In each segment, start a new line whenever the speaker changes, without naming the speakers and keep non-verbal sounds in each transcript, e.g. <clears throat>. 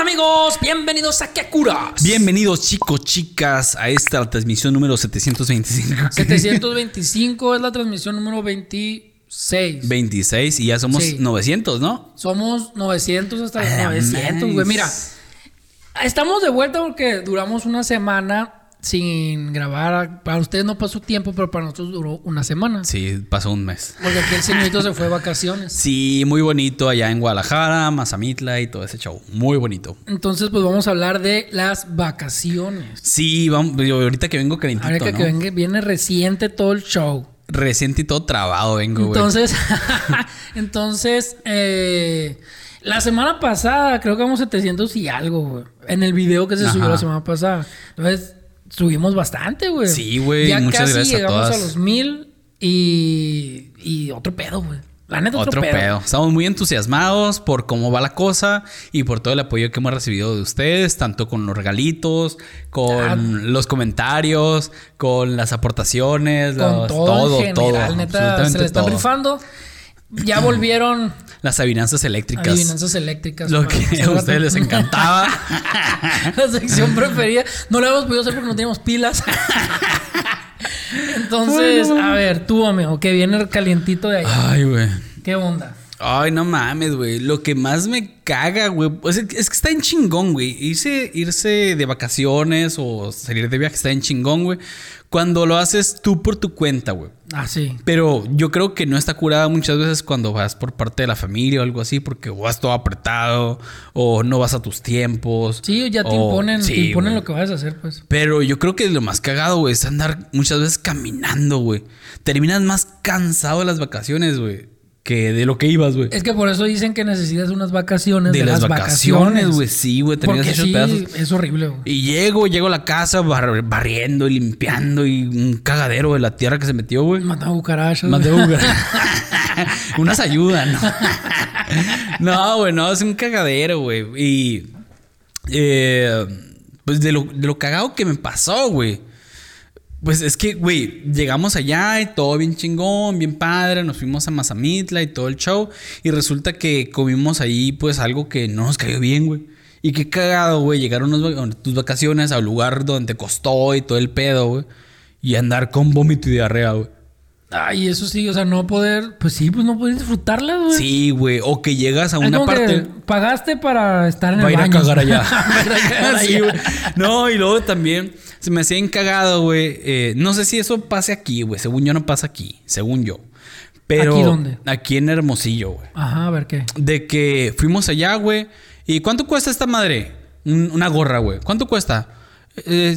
amigos, bienvenidos a Kekuras.
Bienvenidos chicos, chicas, a esta transmisión número 725. <laughs>
725 es la transmisión número 26.
26 y ya somos
Sí.
900, ¿no?
Somos 900 hasta
A la
900,
mens.
güey. Mira, estamos de vuelta porque duramos una semana sin grabar. Para ustedes no pasó tiempo, pero para nosotros duró una semana.
Sí, pasó un mes.
Porque aquí el señorito se fue de vacaciones.
Sí, muy bonito allá en Guadalajara, Mazamitla y todo ese show. Muy bonito.
Entonces, pues vamos a hablar de las vacaciones.
Sí, vamos, yo ahorita que vengo
Ahora
calentito,
que,
¿no?
que venga- viene reciente todo el show.
Reciente y todo trabado vengo, güey.
Entonces, <laughs> entonces eh, la semana pasada creo que vamos 700 y algo, güey. En el video que se subió
Ajá.
la semana pasada. Entonces, subimos bastante, güey.
Sí, güey,
Ya
muchas
casi
gracias a
llegamos
todas.
los mil y, y otro pedo, güey. La neta, otro,
Otro
pedo.
pedo. Estamos muy entusiasmados por cómo va la cosa y por todo el apoyo que hemos recibido de ustedes, tanto con los regalitos, con
Ah.
los comentarios, con las aportaciones,
Con
los-
todo,
todo,
en
todo,
general, neta, se
absolutamente
le están
todo.
rifando. Ya volvieron
Las adivinanzas eléctricas.
adivinanzas eléctricas.
Lo
para
que a
nuestro <laughs>
ustedes les
rato.
encantaba.
<laughs> La sección preferida. No la hemos podido hacer porque no teníamos pilas. Entonces, a ver, tú, amigo, que viene calientito de ahí.
Ay, güey.
¿Qué onda?
Ay, no mames, güey. Lo que más me caga, güey. o sea, es que está en chingón, güey. Irse, irse de vacaciones o salir de viaje está en chingón, güey. Cuando lo haces tú por tu cuenta, güey.
Ah, sí.
Pero yo creo que no está curada muchas veces cuando vas por parte de la familia o algo así, porque o vas todo apretado o no vas a tus tiempos.
Sí, ya te
o-
imponen, te
Oh, Sí,
imponen
güey.
lo que vas a hacer, pues.
Pero yo creo que lo más cagado, güey, es andar muchas veces caminando, güey. Terminas más cansado de las vacaciones, güey, que de lo que ibas, güey.
Es que por eso dicen que necesitas unas vacaciones.
De,
De,
las vacaciones, güey. Sí, güey, terminas
Porque
hecho
sí,
pedazos.
es horrible, güey.
Y llego, llego a la casa bar- barriendo y limpiando y un cagadero de la tierra que se metió, güey.
Matan cucarachas.
Más de
güey.
Uber. <laughs> Unas ayudan, ¿no? <laughs> no, güey, no, es un cagadero, güey. Y. eh, pues de lo, de lo cagado que me pasó, güey. Pues es que, güey, llegamos allá y todo bien chingón, bien padre. Nos fuimos a Mazamitla y todo el show. Y resulta que comimos ahí, pues algo que no nos cayó bien, güey. Y qué cagado, güey, llegar a unas vac- a tus vacaciones al lugar donde te costó y todo el pedo, güey. Y andar con vómito y diarrea, güey.
<laughs> Ay, eso sí, o sea, no poder. Pues sí, pues no poder disfrutarlas, güey.
Sí, güey. O que llegas a
Es
una
como que
parte.
pagaste para estar en
Va a
el
ir a
baño. <laughs>
cagar allá. <laughs>
Va a ir a cagar
Sí,
allá.
güey. No, y luego también se me hacía encagado, güey. Eh, no sé si eso pase aquí, güey. Según yo, no pasa aquí. Según yo. Pero.
¿Aquí dónde?
Aquí en Hermosillo, güey.
Ajá, a ver qué.
De que fuimos allá, güey. ¿Y cuánto cuesta esta madre? Un- una gorra, güey. ¿Cuánto cuesta? Eh,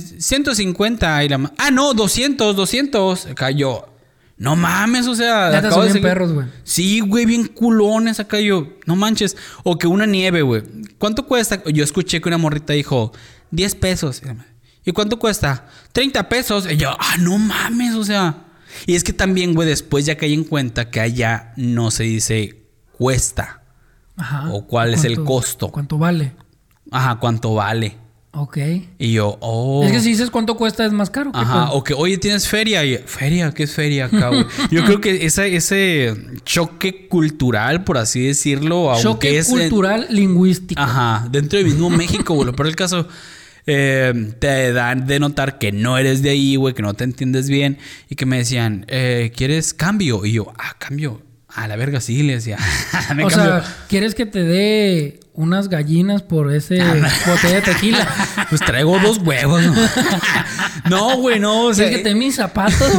150 y la... ma- Ah, no, 200, 200. Acá yo... No mames, o sea...
Neta,
acabo
son
de
bien
seguir-
perros, güey.
Sí, güey, bien culones acá yo. No manches. O que una nieve, güey. ¿Cuánto cuesta? Yo escuché que una morrita dijo 10 pesos. Y la madre, ¿Y cuánto cuesta? 30 pesos. Y yo, ah, no mames, o sea. Y es que también, güey, después ya caí en cuenta que allá no se dice cuesta.
Ajá.
¿O cuál es el
¿Cuánto-
costo?
¿Cuánto vale?
Ajá, ¿cuánto vale?
Ok.
Y yo, oh.
Es que si dices cuánto cuesta es más caro. ¿qué
Ajá,
pedo?
o que, oye, tienes feria. Y, feria, ¿qué es feria
<laughs>
acá, güey? Yo creo que ese, ese choque cultural, por así decirlo, aunque
Choque
es. en-
cultural lingüístico.
ajá, dentro del mismo México, güey. Pero el caso, eh, te dan de notar que no eres de ahí, güey, que no te entiendes bien. Y que me decían, eh, ¿quieres cambio? Y yo, ah, cambio. A la verga, sí, le decía. <laughs> Ah, Me
o
cambio.
sea, ¿quieres que te dé unas gallinas por ese botella de tequila?
Ah, <laughs> pues traigo dos huevos. No, <laughs> No, güey, no. o sea,
¿Quieres que te dé mis
<laughs>
zapatos? <laughs>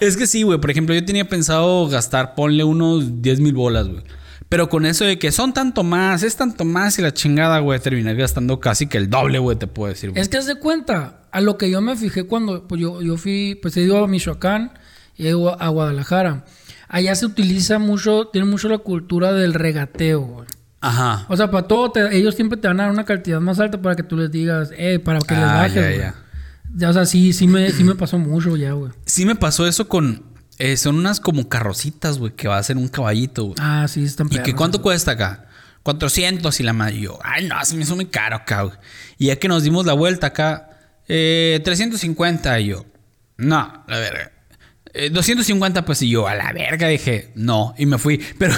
Es que sí, güey. Por ejemplo, yo tenía pensado gastar, ponle unos 10 mil bolas, güey. Pero con eso de que son tanto más, es tanto más y la chingada, güey, terminé gastando casi que el doble, güey, te puedo decir, güey.
es que haz de cuenta, a lo que yo me fijé cuando pues yo, yo fui, pues he ido a Michoacán y he ido a Guadalajara. Allá se utiliza mucho, tiene mucho la cultura del regateo, güey.
Ajá.
O sea, para todo, te- ellos siempre te van a dar una cantidad más alta para que tú les digas, eh, para que les
Ah,
bajes,
ya,
güey.
ya.
Ya, O sea, sí, sí me, sí me pasó mucho ya, güey.
Sí me pasó eso con... eh, son unas como carrocitas, güey, que va a ser un caballito, güey.
Ah, sí, están
¿Y que
perros.
cuánto cuesta acá? 400 y la madre. Y Yo, ay, no, se me hizo muy caro acá, güey. Y ya que nos dimos la vuelta acá, eh, 350. Y yo, no, la verga. eh, 250 pesos. Y yo, a la verga, dije, no. Y me fui. <laughs> Pero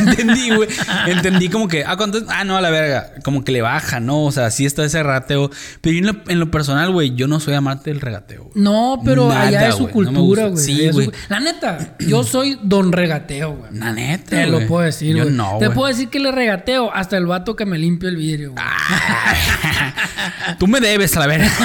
entendí, güey. Entendí como que, ah, ¿cuánto? es? Ah, no, a la verga. Como que le baja, ¿no? O sea, sí está ese rateo. Pero yo en lo, en lo personal, güey, yo no soy amante del regateo, güey.
No, pero
Nada,
allá es su
güey, no me
cultura,
gusta.
güey.
Sí,
allá es su-
güey.
La neta, yo soy don regateo, güey.
La neta,
Te
güey.
lo puedo decir,
Yo
güey.
no,
Te
güey.
puedo decir que le regateo hasta el vato que me limpia el vidrio, güey.
<laughs> Ah, Tú me debes, a la verga.
<laughs>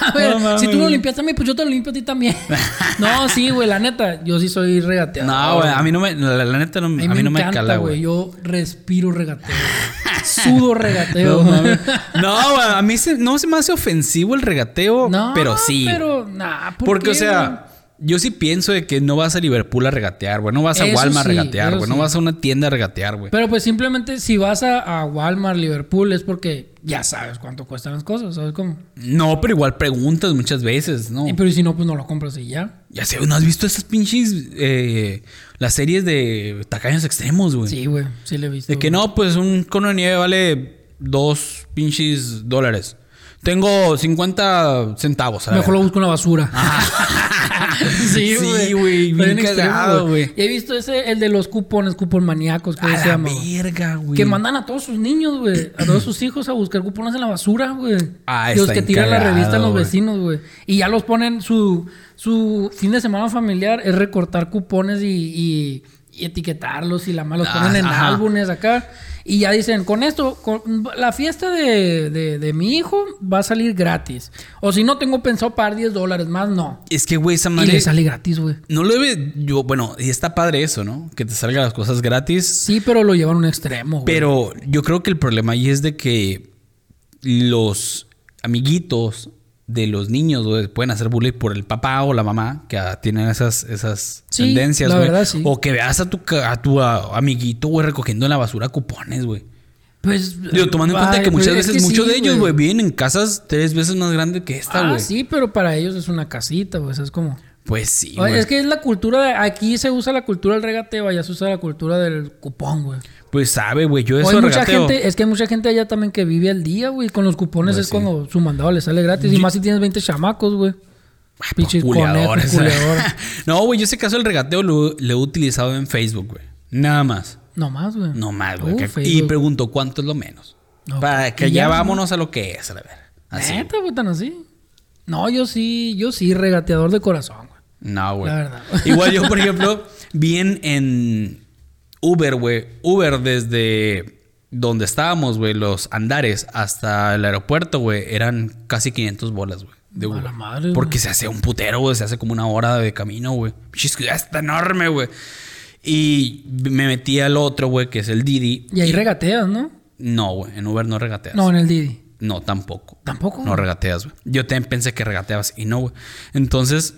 A ver,
No mames,
si tú lo
güey.
limpiaste a mí, pues yo te lo limpio a ti también.
<laughs>
no, sí, güey, la neta, yo sí soy regateado.
No, güey, a mí no me, la, la neta, no, a mí no me
encanta,
cala, güey.
Yo respiro regateo. güey.
<laughs>
Sudo regateo.
No,
güey. <laughs>
mames. No, güey, a mí se- no se me hace ofensivo el regateo,
No,
pero sí.
Pero, nah, ¿por
porque,
qué,
o sea, yo sí pienso de que no vas a Liverpool a regatear, güey. No vas a
Eso
Walmart
sí,
a regatear,
eso
güey. No
sí.
vas a una tienda a regatear,
güey?
güey.
Pero pues simplemente si vas a, a Walmart, Liverpool, es porque ya sabes cuánto cuestan las cosas, ¿sabes cómo?
No, pero igual preguntas muchas veces, ¿no?
Y, pero si no, pues no lo compras y ya.
Ya sé, ¿no has visto esas pinches. eh, las series de tacaños extremos, güey?
Sí, güey, sí le he visto.
De que no, pues un cono de nieve vale dos pinches dólares. Tengo 50 centavos. a la
Mejor
verga.
lo busco en la basura.
Ah.
<laughs>
Sí, güey,
Está
bien
extremo,
cagado, güey.
He visto ese, el de los cupones, cupon maníacos, que
A
se
la
llama. güey.
verga, güey.
Que mandan a todos sus niños, güey. A todos sus hijos a buscar cupones en la basura, güey.
Ah,
Y los
está
que
bien
tiran la
cagado,
revista a los
güey.
vecinos, güey. Y ya los ponen su, su fin de semana familiar es recortar cupones y, y- y etiquetarlos y la más los
Ah,
ponen en
ajá.
álbumes acá. Y ya dicen, con esto, con la fiesta de, de- de mi hijo va a salir gratis. O si no, tengo pensado pagar 10 dólares más, no.
Es que, güey, esa
Y le
madre.
sale gratis, güey.
No lo ve. Yo, bueno, y está padre eso, ¿no? Que te salgan las cosas gratis.
Sí, pero lo llevan a un extremo, güey.
Pero yo creo que el problema ahí es de que los amiguitos de los niños güey, pueden hacer bullying por el papá o la mamá que ah, tienen esas, esas
Sí,
tendencias,
la
güey.
verdad, sí.
O que veas a tu, ca- a tu ah, amiguito, güey, recogiendo en la basura cupones, güey.
Pues.
Digo, tomando en cuenta
ay,
que muchas
pues, es
veces,
que
muchos
sí,
de ellos, güey, viven en casas tres veces más grandes que esta,
Ah,
güey.
sí, pero para ellos es una casita, pues es como.
Pues sí,
O-
güey.
es que es la cultura de. Aquí se usa la cultura del regateo, allá se usa la cultura del cupón, güey.
Pues sabe, güey. Yo
O
eso
hay mucha
regateo.
gente, es que hay mucha gente allá también que vive al día, güey. Con los cupones es
Pues sí.
cuando su mandado le sale gratis. Y más si tienes 20 chamacos, güey.
pues,
Pinches conejos,
Culeadores.
culeadores.
<laughs> no, güey, yo ese caso del regateo lo, lo he utilizado en Facebook, güey. Nada más.
No más, güey.
No más, güey.
Uh,
Que- y
Facebook.
pregunto, ¿cuánto es lo menos?
Ok.
Para
Y
que
ya,
ya
¿no?
vámonos a lo que es, a la verdad. Así.
Neta, güey, tan así. No, yo sí, yo sí, regateador de corazón, güey.
No, güey.
La verdad.
<laughs> Igual yo, por ejemplo, bien en Uber, güey. Uber desde donde estábamos, güey, los andares hasta el aeropuerto, güey, eran casi 500 bolas, güey. De
A la
Uber.
madre, güey.
Porque se hace un putero, güey. Se hace como una hora de camino, güey. Pinche ciudad está enorme, güey. Y me metí al otro, güey, que es el Didi.
Y ahí regateas, ¿no?
No, güey, en Uber no regateas.
No, en el Didi.
No, tampoco.
¿Tampoco?
No regateas, güey. Yo también pensé que regateabas y no, güey. Entonces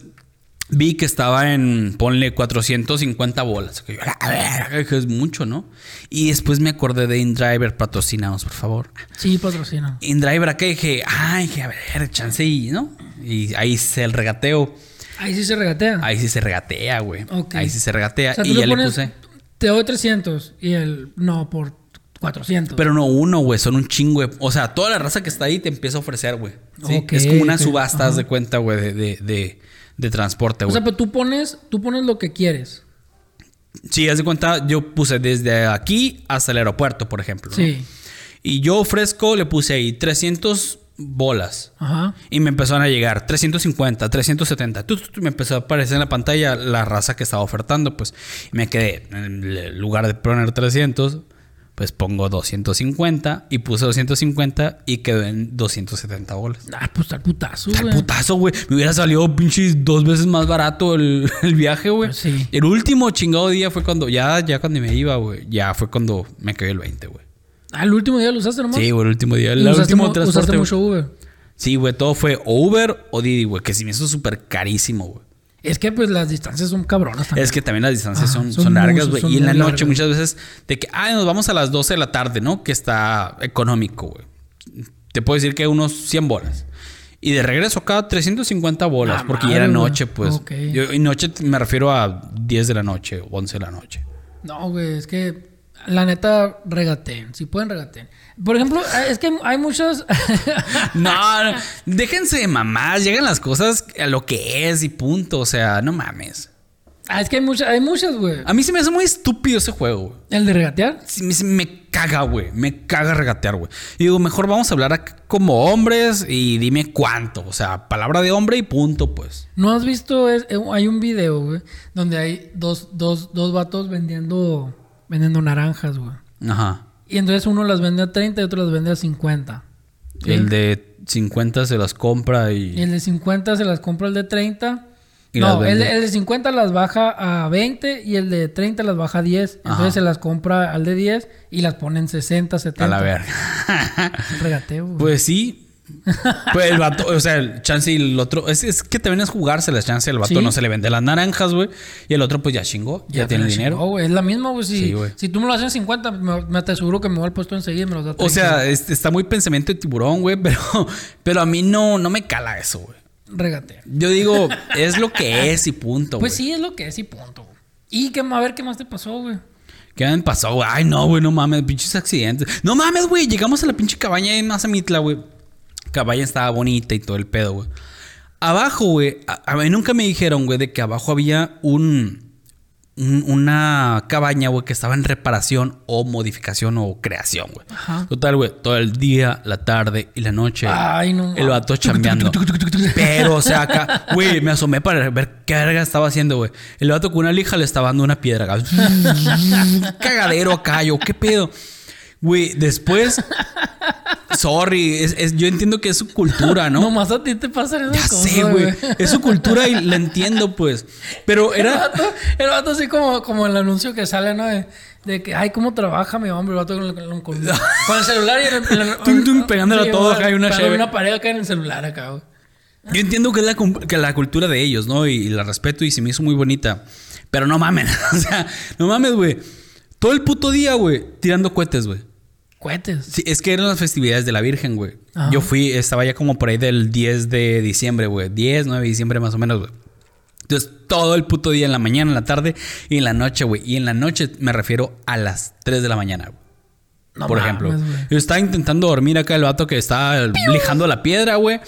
vi que estaba en, ponle 450 bolas. Que yo, a ver, que es mucho, ¿no? Y después me acordé de InDriver, patrocinados, por favor.
Sí, patrocina.
InDriver acá dije, ay, dije, a ver, chance y, ¿no? Y ahí hice el regateo.
Ahí sí se regatea.
Ahí sí se regatea, güey.
Ok.
Ahí sí se regatea.
O sea, tú
y
le
ya
pones,
le puse.
Te doy 300 y él, no, por 400.
Pero no uno, güey, son un chingo. de- O sea, toda la raza que está ahí te empieza a ofrecer, güey. ¿sí?
Ok,
es como una
ok.
subasta, haz de cuenta, güey, de, de, de- de transporte,
o
güey.
sea, pero tú pones, tú pones lo que quieres. pues-
sí, haz de cuenta, yo puse desde aquí hasta el aeropuerto, por ejemplo. ¿no?
Sí.
Y yo ofrezco, le puse ahí 300 bolas.
Ajá.
Y me empezaron a llegar 350, 370. Tu, tu, tu, me empezó a aparecer en la pantalla la raza que estaba ofertando, pues. Y me quedé, en el lugar de poner 300, pues pongo 250 y puse 250 y quedó en 270 bolas.
Ah, pues al putazo,
Al
güey.
putazo, güey. Me hubiera salido pinches dos veces más barato el, <laughs> el viaje, güey.
Pues sí.
El último chingado día fue cuando, ya, ya cuando me iba, güey. Ya fue cuando me cayó el 20, güey.
Ah, el último día lo usaste, hermano.
Sí, güey, el último día.
Y
El
usaste
último
mu-
transporte.
Usaste
güey.
mucho Uber.
Sí, güey, todo fue o Uber o Didi, güey, que se me hizo súper carísimo, güey.
Es que pues las distancias son cabronas también.
Es que también las distancias
Ajá,
son,
son
son largas,
muy-
güey.
son
Y en la
muy
noche
largas.
muchas veces de que, ah, nos vamos a las 12 de la tarde, ¿no? Que está económico, güey. Te puedo decir que unos 100 bolas. Y de regreso acá 350 bolas,
Ah,
porque ya
madre,
era
güey.
noche, pues.
Ok.
Yo- y noche me refiero a 10 de la noche, 11 de la noche.
No, güey, es que La neta, regateen. Si pueden, regateen. Por ejemplo, es que hay muchas. <laughs>
No, no, déjense de mamás, llegan las cosas a lo que es y punto. O sea, no mames.
Ah, es que hay muchas, hay muchas, güey.
A mí se me hace muy estúpido ese juego, güey.
¿El de regatear?
Sí, me, sí, me caga, güey. Me caga regatear, güey. Y digo, mejor vamos a hablar ac- como hombres y dime cuánto. O sea, palabra de hombre y punto, pues.
¿No has visto? es- eh, hay un video, güey, donde hay dos, dos, dos vatos vendiendo, vendiendo naranjas, güey.
Ajá.
Y entonces uno las vende a 30 y otro las vende a 50. ¿sí?
El de 50 se las compra
Y
y.
el de 50 se las compra el de 30.
Y las
no,
vende.
el, de- el de 50 las baja a 20 y el de 30 las baja a 10. Entonces
Ajá.
se las compra al de 10 y las pone en 60, 70.
A la verga.
Es un regateo, güey.
<laughs> pues sí. Pues el vato, o sea, el chance y el otro. Es, es que también es jugarse las chance. El vato
Sí.
no se le vende las naranjas, güey. Y el otro, pues ya chingó. Ya,
te
tiene
la
el dinero.
chingó, güey. es la misma, güey. Si,
Sí, güey.
si tú me lo haces en 50, me, me te aseguro que me voy al puesto enseguida y me los da
O
30.
sea, es- está muy pensamiento de tiburón, güey. <laughs> Pero, pero a mí no, no me cala eso, güey.
regatea.
Yo digo, es lo que es y punto,
Pues
güey.
sí, es lo que es y punto. güey. Y que, a ver qué más te pasó, güey.
¿Qué me pasó, güey? Ay, no, güey, no mames, pinches accidentes. No mames, güey, llegamos a la pinche cabaña en Mazamitla, güey. Cabaña estaba bonita y todo el pedo, güey. Abajo, güey, a, a mí nunca me dijeron, güey, de que abajo había un, un- una cabaña, güey, que estaba en reparación o modificación o creación, güey.
Ajá.
Total, güey, todo el día, la tarde y la noche.
Ay, no
El vato
mames. <laughs>
chambeando. Pero, o sea, acá, güey, me asomé para ver qué verga estaba haciendo, güey. El vato con una lija le estaba dando una piedra. acá. <laughs> Cagadero acá, yo, qué pedo. Güey, después. Sorry, es- es- yo entiendo que es su cultura, ¿no?
Nomás a ti te pasan esas
ya
cosas,
sé, güey. Es su cultura y la entiendo, pues. Pero
El
era.
vato, el vato así como, como el anuncio que sale, ¿no? De, de que, ay, ¿cómo trabaja mi hombre? El vato con,
<laughs>
con- con- con el celular y en el, en el-
Tum, tum, pegándole a todo, acá hay una
pegándole
cheve.
una pared acá en el celular acá, güey.
Yo entiendo que es la, cum- que la cultura de ellos, ¿no? Y, y la respeto y se me hizo muy bonita. Pero no mamen. <laughs> O sea, no mames, güey. Todo el puto día, güey, tirando cohetes, güey.
Cohetes.
Sí, es que eran las festividades de la Virgen, güey.
Ajá.
Yo fui, estaba ya como por ahí del 10 de diciembre, güey. 10, 9 de diciembre más o menos, güey. Entonces, todo el puto día, en la mañana, en la tarde y en la noche, güey. Y en la noche me refiero a las 3 de la mañana, güey.
No
por
mames,
ejemplo.
güey.
Yo estaba intentando dormir acá el vato que estaba lijando la piedra, güey.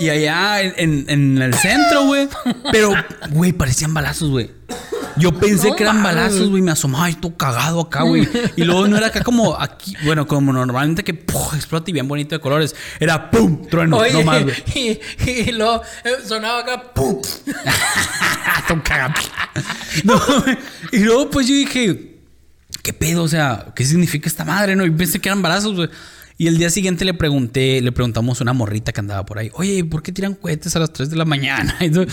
Y allá en, en- en el centro, güey. Pero, güey, parecían balazos, güey. Yo pensé
No
que eran
mames.
balazos, güey. Me asomaba y todo cagado acá, güey. Y luego no era acá como aquí, bueno, como normalmente que puf, explota y bien bonito de colores. Era pum, trueno,
Oye,
no más, güey.
<laughs> y, y luego eh, sonaba acá,
<laughs>
¡pum!
Todo cagado. <laughs> No, güey. y luego pues yo dije, ¿qué pedo? O sea, ¿qué significa esta madre? No, y pensé que eran balazos, güey. Y el día siguiente le pregunté, le preguntamos a una morrita que andaba por ahí, oye, ¿por qué tiran cohetes a las 3 de la mañana? <laughs> Y yo,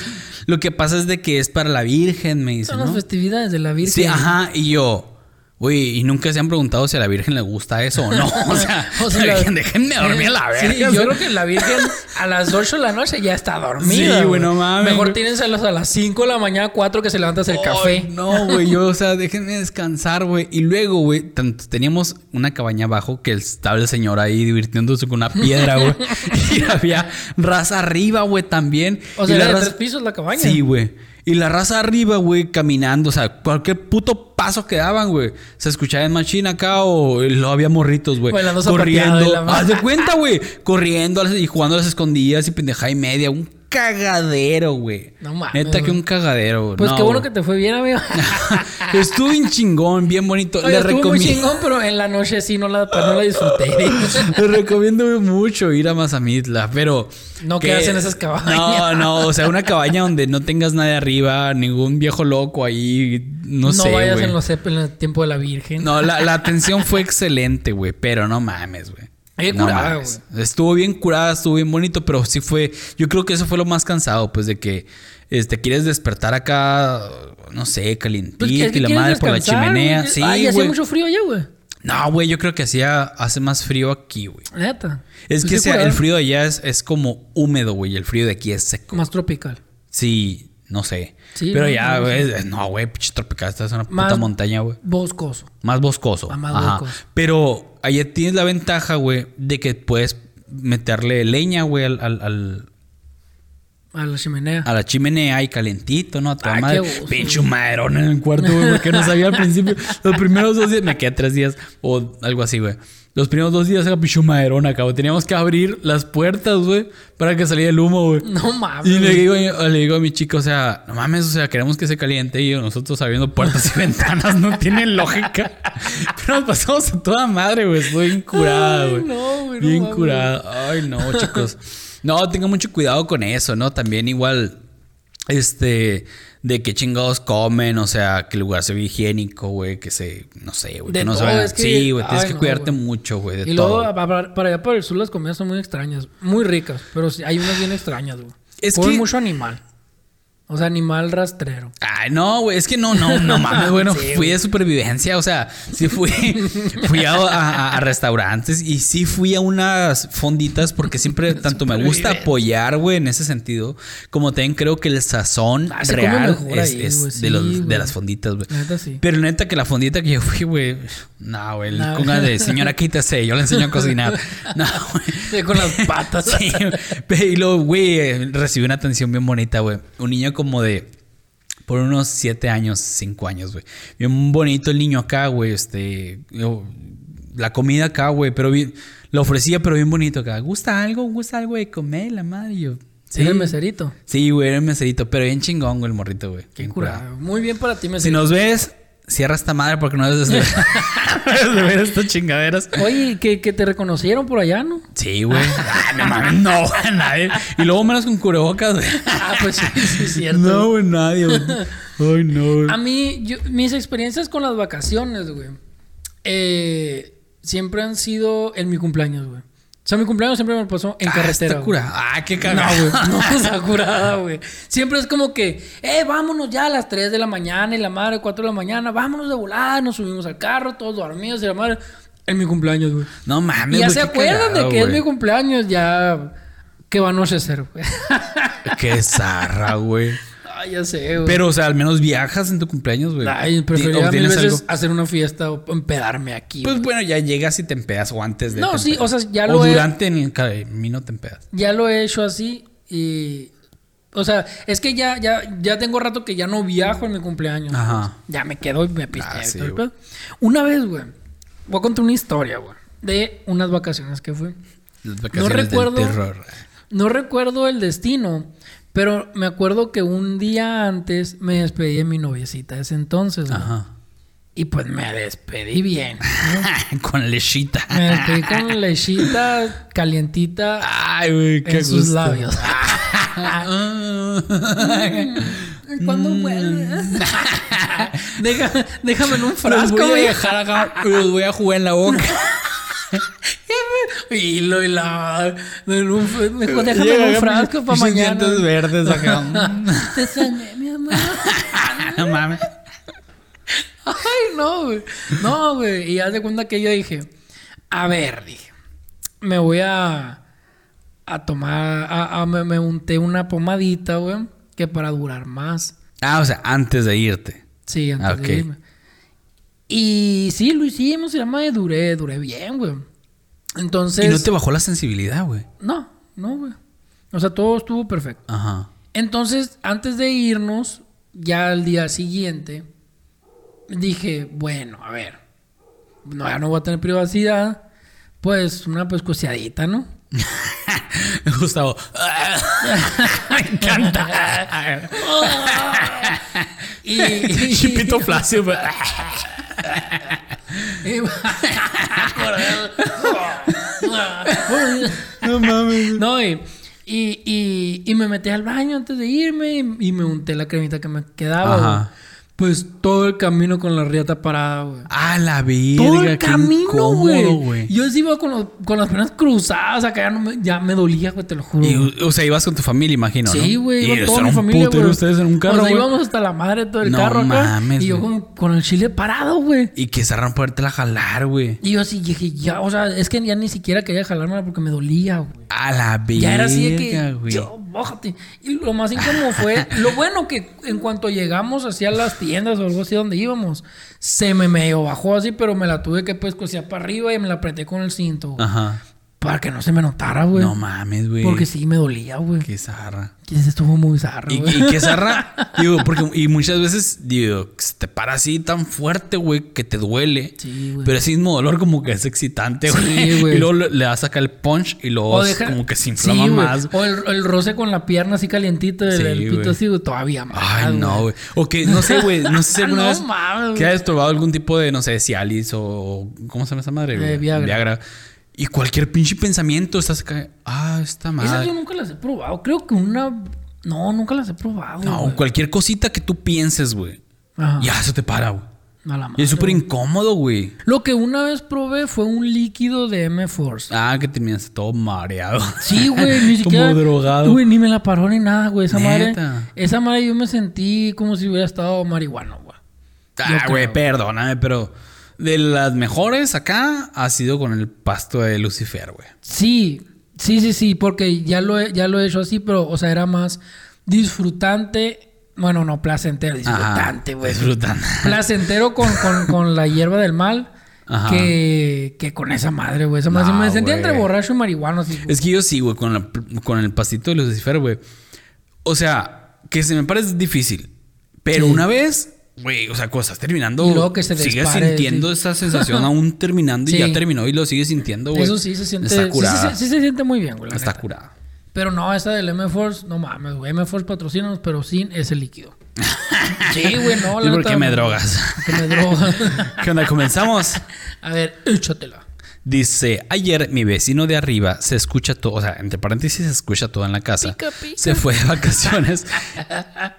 lo que pasa es de que es para la Virgen, me dice,
Son
¿no?
las festividades de la Virgen.
Sí, ajá, y yo... Güey, y nunca se han preguntado si a la Virgen le gusta eso o no. <laughs> O sea,
O sea,
la
la-
<laughs> Virgen, déjenme dormir a la verga.
Sí, yo creo que la Virgen a las 8 de la noche ya está dormida.
Sí, güey, no mames,
Mejor
güey.
tírenselo a las 5 de la mañana, 4 que se levantas el
Ay,
café.
No, güey, yo, o sea, déjenme descansar, güey. Y luego, güey, tanto teníamos una cabaña abajo que estaba el señor ahí divirtiéndose con una piedra, güey. <laughs> y había raza arriba, güey, también.
O
Y
sea,
la
era de
raza-
tres pisos la cabaña.
Sí, güey. Y la raza arriba, güey, caminando, o sea, cualquier puto paso que daban, güey. Se escuchaba en machina acá o lo había morritos, güey.
Bailando zapateado y
Corriendo.
la madre.
Haz de cuenta, güey. Corriendo a las- y jugando a las escondidas y pendejada y media. Un cagadero, güey.
No mames,
Neta que
güey.
un cagadero, güey.
Pues
No,
qué bueno
güey.
que te fue bien,
<laughs>
amigo.
Estuvo bien chingón, bien bonito.
Oye,
le,
estuvo muy
recomiendo,
chingón, pero en la noche sí no la, pues, no la disfruté.
<laughs> le recomiendo mucho ir a Mazamitla, pero...
No quedas en esas cabañas.
No, no, o sea, una cabaña donde no tengas nadie arriba, ningún viejo loco ahí, <laughs> no,
No,
sé,
vayas
güey.
en, los, ep- en el tiempo de la Virgen.
No, la, la atención fue excelente, güey, pero no mames, güey.
Qué
No
curada,
mames. Estuvo bien curada, estuvo bien bonito, pero sí fue. Yo creo que eso fue lo más cansado, pues, de que este, quieres despertar acá, no sé, calientito
Pues, es que
y la
quieres
madre por la
descansar,
chimenea.
güey.
Sí,
Ay, hace
güey.
mucho frío ya, güey.
No, güey, yo creo que hacía, hace más frío aquí, güey.
Neta.
Es
Pues
que
qué
sea-
curada.
el frío de allá es, es como húmedo, güey. y El frío de aquí es seco.
Más tropical.
Sí, no sé.
Sí,
Pero
no,
ya,
no,
güey, es- no, güey, pinche tropical. Esta es una puta
Más-
montaña, güey.
Boscoso.
Más boscoso.
Ah, más
Ajá.
boscoso.
Pero allá tienes la ventaja, güey, de que puedes meterle leña, güey, al, al, al-
A la chimenea.
A la chimenea y calentito, ¿no? A toda
Ah,
madre.
qué gusto,
Pinche maderón en el cuarto, güey, porque no sabía al principio. Los primeros dos días, me quedé tres días o algo así, güey. Los primeros dos días era pinche maderón acá, güey. Teníamos que abrir las puertas, güey, para que saliera el humo, güey.
No mames.
Y le digo, le digo a mi chico, o sea, no mames, o sea, queremos que se caliente y nosotros abriendo puertas y <laughs> ventanas no tiene lógica. <laughs> Pero nos pasamos a toda madre, güey. Estoy bien curada,
Ay,
güey.
no, güey, no
Bien
mames.
curada. Ay, no, chicos. No, tengan mucho cuidado con eso, ¿no? También igual, este, de qué chingados comen, o sea, que el lugar se ve higiénico, güey, que se, no sé, güey.
De
que no se
todo,
vayan-
es que-
Sí, güey, tienes
ay,
que
no,
cuidarte
güey.
mucho, güey, de
Y
todo.
luego, a- para, para allá para el sur, las comidas son muy extrañas. Muy ricas, pero sí, hay unas bien extrañas, güey.
Es
Comen
que-
mucho animal. O sea, animal rastrero.
Ay, no, güey, es que no, no, no mames, bueno,
<laughs> Sí,
fui
güey.
de supervivencia, o sea, sí fui, <laughs> fui a, a- a restaurantes y sí fui a unas fonditas porque
<laughs>
siempre tanto me gusta
Supervivencia.
apoyar, güey, en ese sentido, como también creo que el sazón
Ah, se come
real
mejor
es,
ahí,
es
güey,
de,
sí,
los- de
güey.
las fonditas, güey.
La neta sí.
Pero neta que la fondita que yo fui, güey, no, güey,
No.
con ganas
<laughs>
de señora quítese, yo le enseño a cocinar. No, güey.
Sí, con
<laughs>
las patas.
Sí, güey. y luego, güey, eh, recibí una atención bien bonita, güey. Un niño como de. Por unos 7 años, 5 años, güey. Bien bonito el niño acá, güey. Este. yo- la comida acá, güey. Pero bien. La ofrecía, pero bien bonito acá. ¿Gusta algo? ¿Gusta algo de comer? La madre. Y Yo.
Sí, el meserito.
Sí, güey, era el meserito. Pero bien chingón, güey, el morrito, güey.
Qué
Bien
curado. Muy bien para ti,
Si
meserito.
nos ves, cierra esta madre porque no debes de
<laughs>
<laughs> debes de ver estas chingaderas.
Oye, que, que te reconocieron por allá, ¿no?
Sí, güey. Ah, no mames, no, <laughs> güey, nadie. Y luego menos con cubrebocas, güey.
<laughs> Ah, pues sí, sí, es cierto. Ah,
No, güey, nadie, güey. Ay, no, güey.
A mí, yo- mis experiencias con las vacaciones, güey, eh, siempre han sido en mi cumpleaños, güey. O sea, mi cumpleaños siempre me pasó en
Ah,
carretera.
está
güey.
curado. Ah, qué
No,
cagado,
güey. <laughs>
güey.
No, está curada, güey. Siempre es como que, eh, vámonos ya a las 3 de la mañana y la madre 4 de la mañana, vámonos de volada, nos subimos al carro, todos dormidos y la madre. En mi cumpleaños, güey.
No
Y
mames,
ya
güey,
se
qué
acuerdan
cagado,
de que es
güey.
mi cumpleaños, ya. ¿Qué van a hacer, güey? <laughs>
Qué zarra, güey.
Ay, ya sé, güey.
Pero, o sea, al menos viajas en tu cumpleaños, güey.
Ay,
¿O
preferiría mil
tienes
veces
algo?
hacer una fiesta o empedarme aquí.
Pues
güey.
bueno, ya llegas y te empedas o antes de.
No,
te
sí,
empedas.
o sea, ya
O
lo he-
durante en el camino te empedas.
Ya lo he hecho así y... O sea, es que ya, ya, ya tengo rato que ya no viajo en mi cumpleaños.
Ajá.
pues. Ya me quedo y me pisteo.
Ah,
y
sí,
todo el
güey.
pedo. Una vez, güey, voy a contar una historia, güey, de unas vacaciones que fui.
Las vacaciones del
recuerdo-
terror.
No recuerdo el destino, pero me acuerdo que un día antes me despedí de mi noviecita de ese entonces, güey.
Ajá.
Y pues me despedí bien.
<laughs> Con lechita.
Me
<laughs>
despedí con lechita calientita.
Ay, güey, qué
en sus
gusto. <laughs>
labios. ¿Cuándo
mm. <laughs>
vuelves? Deja- déjame en un frasco,
Los voy a
güey.
dejar acá, los voy a jugar en la boca. <laughs>
Y lo y la. en un fr- mejor déjame
Llega
en un
acá,
frasco para
pinches
mañana.
dientes verdes acá.
<laughs> Te sané, mi amor.
<laughs> no mames.
Ay, no, güey. No, güey. Y haz de cuenta que yo dije, a ver, dije, me voy a, a tomar, a, a- me, me unté una pomadita, güey, que para durar más.
Ah, o sea, antes de irte.
Sí, antes
Ah, ok.
de irme. Y sí, lo hicimos, y la madre duré, duré bien, güey. Entonces.
Y no te bajó la sensibilidad, güey.
No, no, güey. O sea, todo estuvo perfecto.
Ajá. <laughs>
Entonces, antes de irnos, ya al día siguiente, dije, bueno, a ver, no, ya no voy a tener privacidad, pues una pescociadita,
<laughs>
¿no?
Gustavo. <laughs> Me
<laughs>
encanta.
Y, <laughs>
Chipito flácido. güey.
<laughs>
no mames.
No, y, y, y- y me metí al baño antes de irme y, y me unté la cremita que me quedaba.
Ajá.
güey. Pues todo el camino con la riata parada, güey.
Ah, la verga.
Todo el
qué
camino,
incómodo,
güey. Yo sí iba con, los- con las piernas cruzadas, acá ya, no me, ya me dolía, güey, te lo juro. güey.
Y, o sea, ibas con tu familia, imagino, ¿no?
Sí, güey,
Y
iba toda
son
mi
un
familia,
putero
güey.
ustedes en un carro,
O sea,
güey.
íbamos hasta la madre todo el
No
carro acá.
mames,
y yo
güey.
con, con el chile parado, güey.
Y que cerraron podértela jalar, güey.
Y yo así dije, ya, o sea, es que ya ni siquiera quería jalármela porque me dolía, güey.
A la verga,
Ya era así de que,
güey.
yo, bójate. Y lo más incómodo
<laughs>
fue, lo bueno que en cuanto llegamos hacia las tiendas o algo así donde íbamos, se me medio bajó así, pero me la tuve que pues cosear para arriba y me la apreté con el cinto. güey.
Ajá.
Para que no se me notara, güey.
No mames, güey.
Porque sí me dolía, güey.
Qué zarra.
Que se estuvo muy zarra,
Y,
güey.
y qué zarra. <laughs> digo, porque y muchas veces, digo, se te para así tan fuerte, güey, que te duele.
Sí, güey.
Pero ese mismo dolor como que es excitante,
Sí,
güey.
güey.
y luego le le das acá el punch y luego es como que se inflama
Sí, güey.
más.
O el, el roce con la pierna así calientito, el,
Sí,
el pito
güey.
así, güey, todavía más.
Ay, no, güey. O que, no sé, güey. No sé
<laughs>
si alguna
Ah, No
vez
mames, güey.
que hayas probado algún tipo de, no sé, Cialis o... ¿Cómo se llama esa madre? güey?
Eh, Viagra.
Y cualquier pinche pensamiento estás acá... Ah, esta
Esas
madre.
yo nunca las he probado. Creo que una. No, nunca las he probado.
No,
güey.
cualquier cosita que tú pienses, güey.
Ajá.
Ya se te para, güey.
A la
Y
madre,
es súper
güey.
incómodo, güey.
Lo que una vez probé fue un líquido de M-Force.
Ah, que terminaste todo mareado. <laughs>
Sí, güey, ni siquiera.
Como drogado.
Güey, ni me la paró ni nada, güey. Esa madre.
Neta.
Esa madre yo me sentí como si hubiera estado marihuano, güey. Yo
Ah,
creo.
güey, perdóname, pero... De las mejores acá ha sido con el pasto de Lucifer, güey.
Sí, sí, sí, sí, porque ya lo, he, ya lo he hecho así, pero, o sea, era más disfrutante. Bueno, no, placentero, disfrutante,
Ajá,
güey.
disfrutante.
Placentero con, con, con la hierba del mal.
Ajá.
Que, que con esa madre, güey. Esa madre.
No,
me sentía
güey.
entre borracho y marihuano. Así, güey.
Es que yo sí, güey, con, la- con el pastito de Lucifer, güey. O sea, que se me parece difícil. Pero
Sí.
una vez, güey, o sea, cuando estás terminando,
Y luego que se
sigues
dispare,
sintiendo
sí. <laughs>
esa sensación aún terminando
Sí.
y ya terminó y lo sigues sintiendo, güey.
Eso sí se siente. sí
Está
se-
curada.
Sí, se siente muy bien, güey. la
Está
neta.
curada.
Pero no, esa del M-Force, no mames, güey. M-Force patrocínanos, pero sin ese
<laughs>
líquido. sí, güey, no.
¿Y por
neta,
qué me
no.
drogas?
Porque me
<laughs>
drogas.
¿Qué onda? Comenzamos.
<laughs> A ver, échatela.
Dice, ayer mi vecino de arriba se escucha todo, o sea, entre paréntesis se escucha todo en la casa.
Pica, pica.
Se fue de vacaciones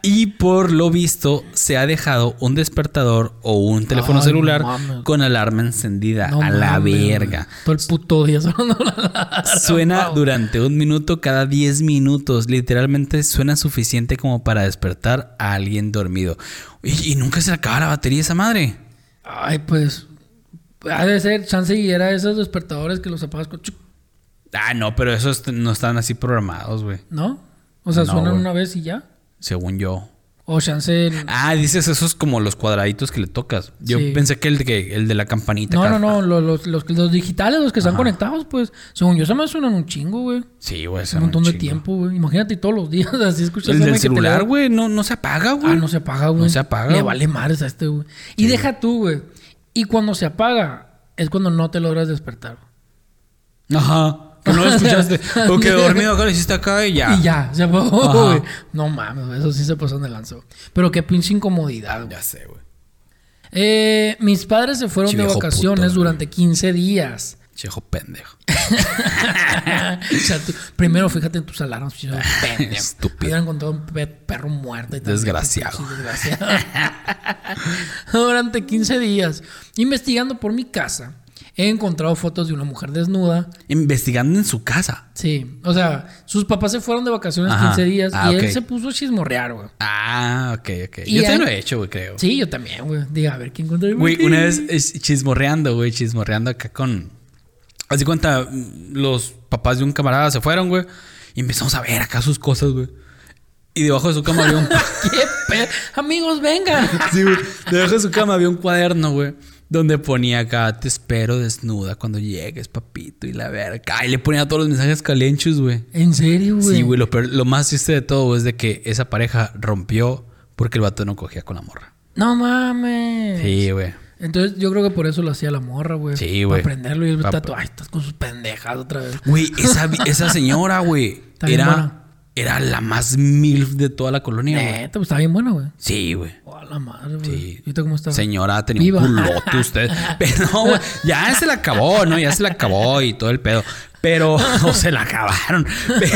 y por lo visto se ha dejado un despertador o un teléfono
Ay,
celular
no mames.
con alarma encendida
No
a la
mames, güey. <laughs>
verga.
Todo el puto día sonando la alarma,
Suena
güey.
durante un minuto cada 10 minutos. Literalmente suena suficiente como para despertar a alguien dormido. Y, y nunca se le acaba la batería esa madre.
Ay, pues. Ha de ser, chance y era esos despertadores que los apagas con. chuc,
Ah, no, pero esos t- no están así programados, güey.
¿No? O sea,
No,
suenan
güey.
una vez y ya.
Según yo.
O chance. en-
Ah, dices esos como los cuadraditos que le tocas. Yo
Sí.
pensé que el de, que- el de la campanita.
No, no,
acá.
no. lo- Los, los, los digitales, los que están conectados, pues. Según yo, se me suenan un chingo, güey.
Sí, güey.
Un
son
montón de
chingo.
tiempo, güey. Imagínate todos los días <laughs> así escuchas
El
esa
del
madre que te
celular,
da-
güey, no, no se apaga, güey.
Ah, no se apaga, güey.
No se apaga,
Le
güey.
vale madres a este, güey. Y deja tú, güey. Y cuando se apaga, es cuando no te logras despertar. <laughs>
Ajá. Que no lo escuchaste. o que dormido acá lo hiciste acá y ya.
Y ya, se apagó,
Ajá.
güey. No mames, güey, eso sí se pasó de lanzó. Pero qué pinche incomodidad, güey.
Ya sé, güey.
Eh, mis padres se fueron
Che,
de
viejo
vacaciones
puto,
durante 15 días. <laughs>
Chejo pendejo.
O sea, tú- primero fíjate en tus alarmas, chino, pendejo.
Ah, Estúpido.
Hubieran encontrado un pe- perro muerto. Y tal.
Desgraciado.
Sí, desgraciado. <laughs> durante 15 días, investigando por mi casa, he encontrado fotos de una mujer desnuda.
Investigando en su casa.
Sí, o sea, sus papás se fueron de vacaciones
Ajá.
15 días
Ah,
y él
ok.
se puso a chismorrear, güey.
Ah, ok, ok.
Y
Yo
ya-
te lo he hecho, güey, creo.
Sí, yo también, güey. Diga, a ver, ¿quién encontré?
Güey, una vez es- chismorreando, güey, chismorreando acá con. Así cuenta, mm, los papás de un camarada se fueron, güey. Y empezamos a ver acá sus cosas, güey. Y debajo de su cama había
<laughs>
un.
¿Qué pedo? Amigos, vengan. <laughs>
Sí, güey. Debajo de su cama había un cuaderno, güey. Donde ponía acá, te espero desnuda cuando llegues, papito, y la verga. Y le ponía todos los mensajes calenchos, güey.
¿En serio, güey?
Sí, güey, lo, peor- lo más triste de todo güey, es de que esa pareja rompió porque el vato no cogía con la morra.
No mames.
Sí, güey.
Entonces yo creo que por eso lo hacía la morra, güey.
Sí, güey.
Para prenderlo y el
Pa-
tato, ay, estás con sus pendejas otra vez.
Güey, esa, vi- esa señora, güey,
Está bien buena.
era, era la más milf de toda la colonia, güey.
Neta, pues está bien buena, güey.
Sí, güey.
Oh, la madre, güey.
Sí.
¿Y tú cómo estás?
Señora, tenía
Viva.
un culote
<laughs>
usted. Pero, no, güey, ya se la acabó, ¿no? Ya se la acabó y todo el pedo. Pero, <laughs> o se la acabaron.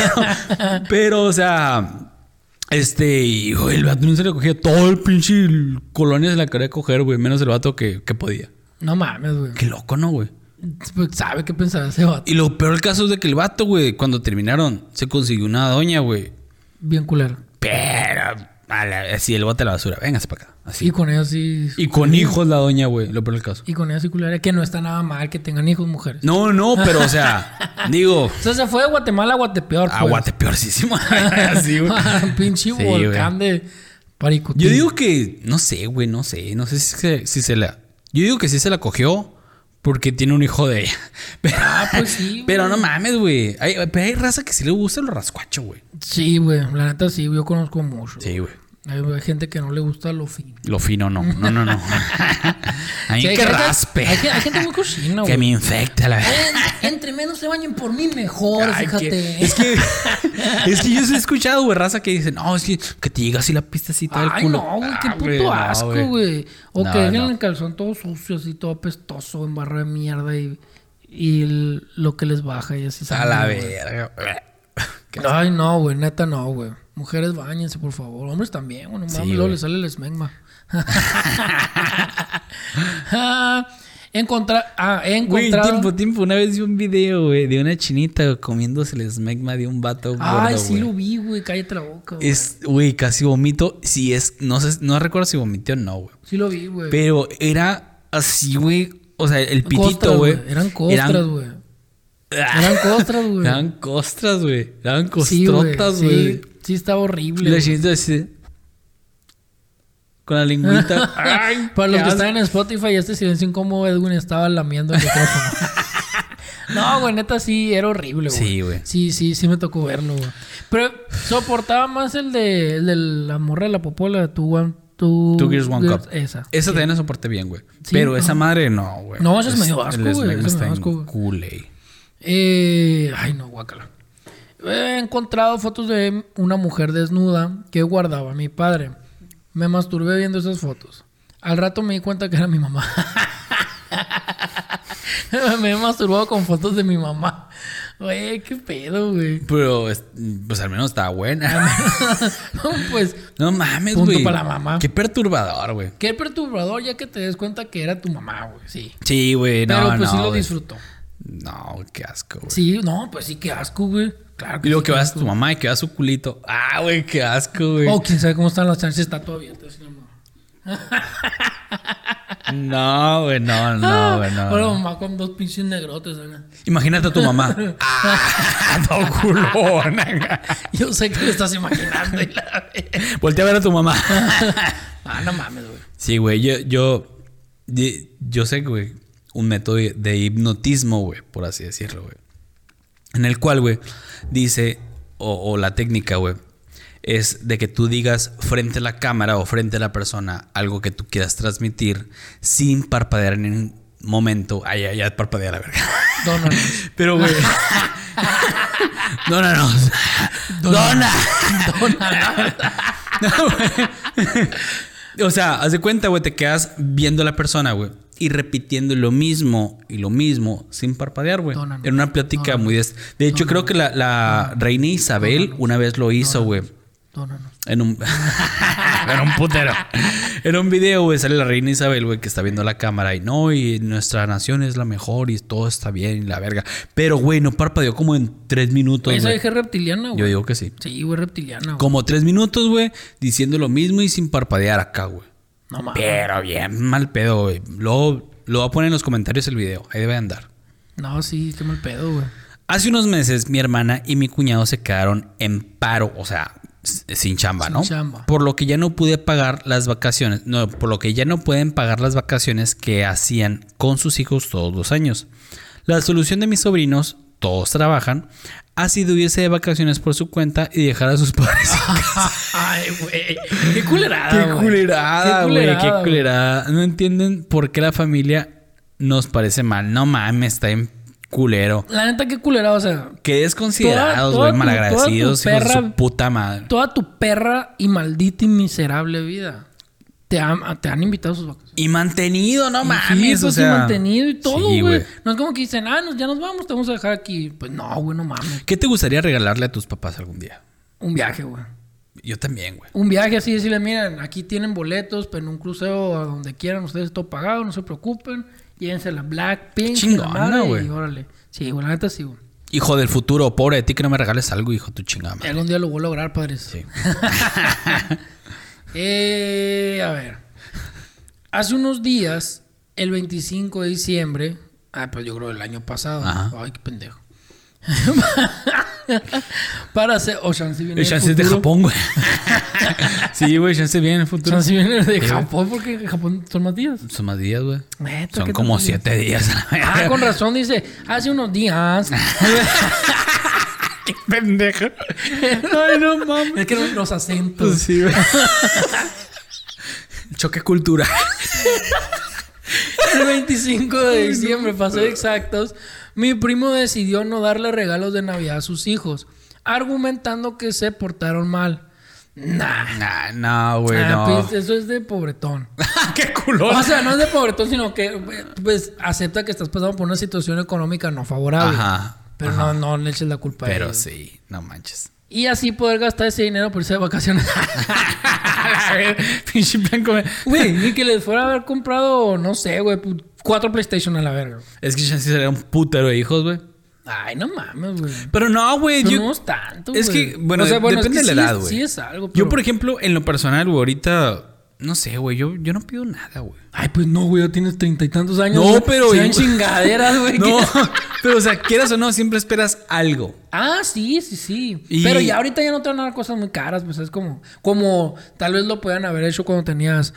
Pero, pero o sea, este, y, güey, el vato no se le cogía todo el pinche colonia se la quería coger, güey, menos el vato que, que podía.
No mames, güey.
Qué loco, ¿no, güey?
Pues, ¿Sabe qué pensaba ese vato?
Y lo peor del caso es de que el vato, güey, cuando terminaron, se consiguió una doña, güey.
Bien culero.
Pero, a la- así el bote a la basura. Véngase para acá. Así.
Y con ella sí...
Y con hijos la doña, güey. Lo peor del caso.
Y con ella sí culera. Que no está nada mal que tengan hijos mujeres.
No, no, pero
<laughs>
o sea, digo,
O sea, se fue de Guatemala a Guatepeor, pues.
aguante peorcísimo. <laughs> Así, güey.
<laughs> Pinche
Sí, güey.
volcán de Paricutín.
Yo digo que, no sé, güey, no sé. No sé si se, si se la. Yo digo que sí se la cogió Porque tiene un hijo de ella. <laughs> Pero,
Ah, pues sí, güey.
pero no mames, güey. Hay, pero hay raza que sí le gusta el rascuacho, güey.
Sí, güey. La neta sí, yo conozco mucho.
Sí, güey.
Hay gente que no le gusta lo fino.
Lo fino no. No, no,
<laughs>
no. A mí
Sí, hay
que
gente-
raspe.
Hay, gen- hay gente
<laughs>
muy cochina,
que
güey.
me infecta la verdad.
En- entre menos se bañen por mí, mejor,
Ay,
fíjate.
que- <laughs>
<laughs>
es que es que yo sí he escuchado, güey, raza que dicen, no, es que, que te llega así la pista así todo el
Ay,
culo.
no, güey, qué
Ah,
puto
no,
asco, güey. O
No,
que dejen
no.
el calzón todo sucio, así todo apestoso, en barra de mierda y, y el- lo que les baja y así.
A
sangre,
la
güey.
verga. Qué
Ay, no, güey, neta no, güey. Mujeres, bañense, por favor. Hombres también, güey. No mames, luego
güey.
les sale el
<laughs>
esmegma. Ah, Encontrar. Ah, he
Güey,
encontrado.
tiempo, tiempo. Una vez vi un video, güey, de una chinita comiéndose el smegma de un vato
Ay,
gordo,
sí
güey.
lo vi, güey. Cállate la boca, güey.
Es, güey, casi vomito. Si es, no sé, no recuerdo si vomité o no, güey.
Sí lo vi, güey.
Pero era así, güey. O sea, el
Costras,
pitito, güey.
Eran costras, güey.
Ah.
Eran costras, güey.
Eran costras, güey. Eran
Sí, güey,
costrotas,
sí.
güey.
Sí, estaba
Y
horrible.
la
güey.
chinita así. Con
<laughs>
la lingüita.
Ah,
Ay,
Para los
qué
que
asco.
están en Spotify, este silencio incómodo, Edwin estaba lamiendo el micrófono. <laughs> no, güey, neta sí, era horrible, güey.
Sí, güey.
Sí, sí, sí me tocó verlo, güey. Pero soportaba más el de, el de la morra de la popola, tu one, tu.
Two Girls One Cup.
Esa.
Esa también la soporté bien, güey.
Sí,
Pero
no.
esa madre no, güey.
No, esa es medio asco, güey.
el esmegma
Esa es
está
medio
en
asco, güey.
culé.
Eh, ay, no, guácala. He encontrado fotos de una mujer desnuda que guardaba mi padre. Me masturbé viendo esas fotos. Al rato me di cuenta que era mi mamá. <laughs> me he masturbado con fotos de mi mamá. Güey, qué pedo, güey. <laughs>
Pero, es- pues al menos estaba buena.
pues,
no mames,
Punto
güey.
para la mamá.
Qué perturbador, güey.
qué perturbador ya que te des cuenta que era tu mamá, güey. Sí.
Sí, güey. No,
Pero pues
no,
sí lo
güey.
disfrutó.
No, qué asco, güey.
Sí, no, pues sí, qué asco, güey. Claro
Y
que
luego
sí,
que
qué
vas a
asco.
tu mamá y que vas su culito. Ah, güey, qué asco, güey.
Oh, quién sabe cómo están las chances, está todo abierto. así nomás.
No, güey, no, no, güey, no.
Ah, Ahora mamá con dos pinches negrotes, ¿verdad?
Imagínate a tu mamá. ah, <laughs> todo culón.
<laughs> Yo sé que lo estás imaginando. y la verga.
Voltea a ver a tu mamá.
ah, no mames, güey.
<laughs> Sí, güey, yo, yo, di- yo sé, güey, un método de- de hipnotismo, güey, por así decirlo, güey. En el cual, güey, dice, o, o la técnica, güey, es de que tú digas frente a la cámara o frente a la persona algo que tú quieras transmitir sin parpadear en ningún momento. Ay, ay, ya parpadea la verga.
No, no, no.
Pero, <laughs> güey. Dónanos. Dona. No, güey. O sea, haz de cuenta, güey, te quedas viendo a la persona, güey. Y repitiendo lo mismo y lo mismo sin parpadear, güey.
Dónanos.
En una plática muy... des- De hecho, creo que la, la reina Isabel una vez lo hizo, güey.
No, no, no. <laughs>
En un... Era un <laughs> putero. Era un video, güey. Sale la reina Isabel, güey, que está viendo la cámara. Y no, y nuestra nación es la mejor y todo está bien y la verga. Pero, güey, no parpadeó como en tres minutos,
Güey, Esa
güey.
vieja es reptiliana, güey.
Yo digo que sí.
Sí, güey, reptiliana. güey.
Como tres minutos, güey, diciendo lo mismo y sin parpadear acá, güey.
No mames.
Pero bien, mal pedo, güey. Luego lo voy a poner en los comentarios el video. Ahí debe andar.
No, sí, qué mal pedo,
<laughs>
güey.
Hace unos meses mi hermana y mi cuñado se quedaron en paro, o sea, s- sin chamba,
Sin
¿no?
chamba.
Por lo que ya no pude pagar las vacaciones, no, por lo que ya no pueden pagar las vacaciones que hacían con sus hijos todos los años. La solución de mis sobrinos, todos trabajan, ha sido irse de vacaciones por su cuenta y dejar a sus <laughs> padres.
Ay, güey. Qué culerada,
Qué
Ah, güey.
culerada, güey. Qué
güey.
culerada. No entienden por qué la familia nos parece mal. No mames, está en culero.
La neta, qué culerada, o sea.
Qué desconsiderados,
Toda-
güey,
toda tu-
malagradecidos,
toda tu
hijos de su
perra-
puta madre.
Toda tu perra y maldita y miserable vida. Te, am- te han invitado a sus vacaciones.
Y mantenido, no mames.
sí, pues,
o
y
sea,
mantenido y todo,
sí,
güey. no es como que dicen, ah, nos- ya nos vamos, te vamos a dejar aquí. Pues no, güey, no mames.
¿Qué te gustaría regalarle a tus papás algún día?
Un viaje, güey.
Yo también, güey.
Un viaje así, decirle, miren, aquí tienen boletos, pero en un crucero a donde quieran, ustedes todo pagado, no se preocupen. Llévense la Blackpink, y la
chingona,
madre,
güey.
Y órale. Sí, güey, la neta sí, güey.
Hijo del futuro, pobre de ti que no me regales algo, hijo de tu chingada. madre.
Algún día lo voy a lograr, padres.
Sí.
<laughs> Eh, a ver. Hace unos días, el 25 de diciembre. Ah, pues yo creo el año pasado.
Ajá.
Ay, qué pendejo. <laughs> Para hacer. O Chance viene
El
del
chance es de
futuro.
Japón, güey. <laughs> sí, güey, chance viene en el futuro.
Chance viene de Japón porque en Japón son más días.
Son más días, güey.
Neta,
Son
¿qué
como
tantos días?
siete días. a la
Ah,
<laughs> verga.
con razón dice, hace unos días.
<laughs> Qué pendejo. Ay, no mames.
es que los, los acentos.
Sí, güey. <laughs> Choque cultural.
El 25 de diciembre, para ser exactos, mi primo decidió no darle regalos de Navidad a sus hijos, argumentando que se portaron mal. Nah.
Nah, no, güey,
Ah,
no.
pues, eso es de pobretón.
<laughs> Qué culo.
O sea, no es de pobretón, sino que pues acepta que estás pasando por una situación económica no favorable.
Ajá.
Pero no, no le eches la culpa a
Pero
ellos.
sí, no manches. <laughs>
Y así poder gastar ese dinero por irse de vacaciones. <laughs>
A ver, Pinche plan come-
Güey, ni que les fuera a haber comprado, no sé, güey, pu- cuatro PlayStation a la verga.
Es que Chance sería un putero de hijos, güey.
Ay, no mames, güey.
Pero no, güey.
Pero
<laughs> yo-
no es tanto,
Es
güey.
que, bueno,
O sea, bueno, es
depende
que
de
sí
la
es-
edad, güey.
sí es algo,
Yo,
pero-
por ejemplo, en lo personal, güey, ahorita. No sé, güey. Yo, yo no pido nada, güey.
<laughs> Ay, pues no, güey, ya tienes treinta y tantos años.
No,
güey.
pero-
Sean chingaderas,
<laughs>
güey.
No,
que-
pero o sea, quieras o no, siempre esperas algo.
Ah, sí, sí, sí.
Y-
Pero ya ahorita ya no te van a dar cosas muy caras, pues es como, como tal vez lo puedan haber hecho cuando tenías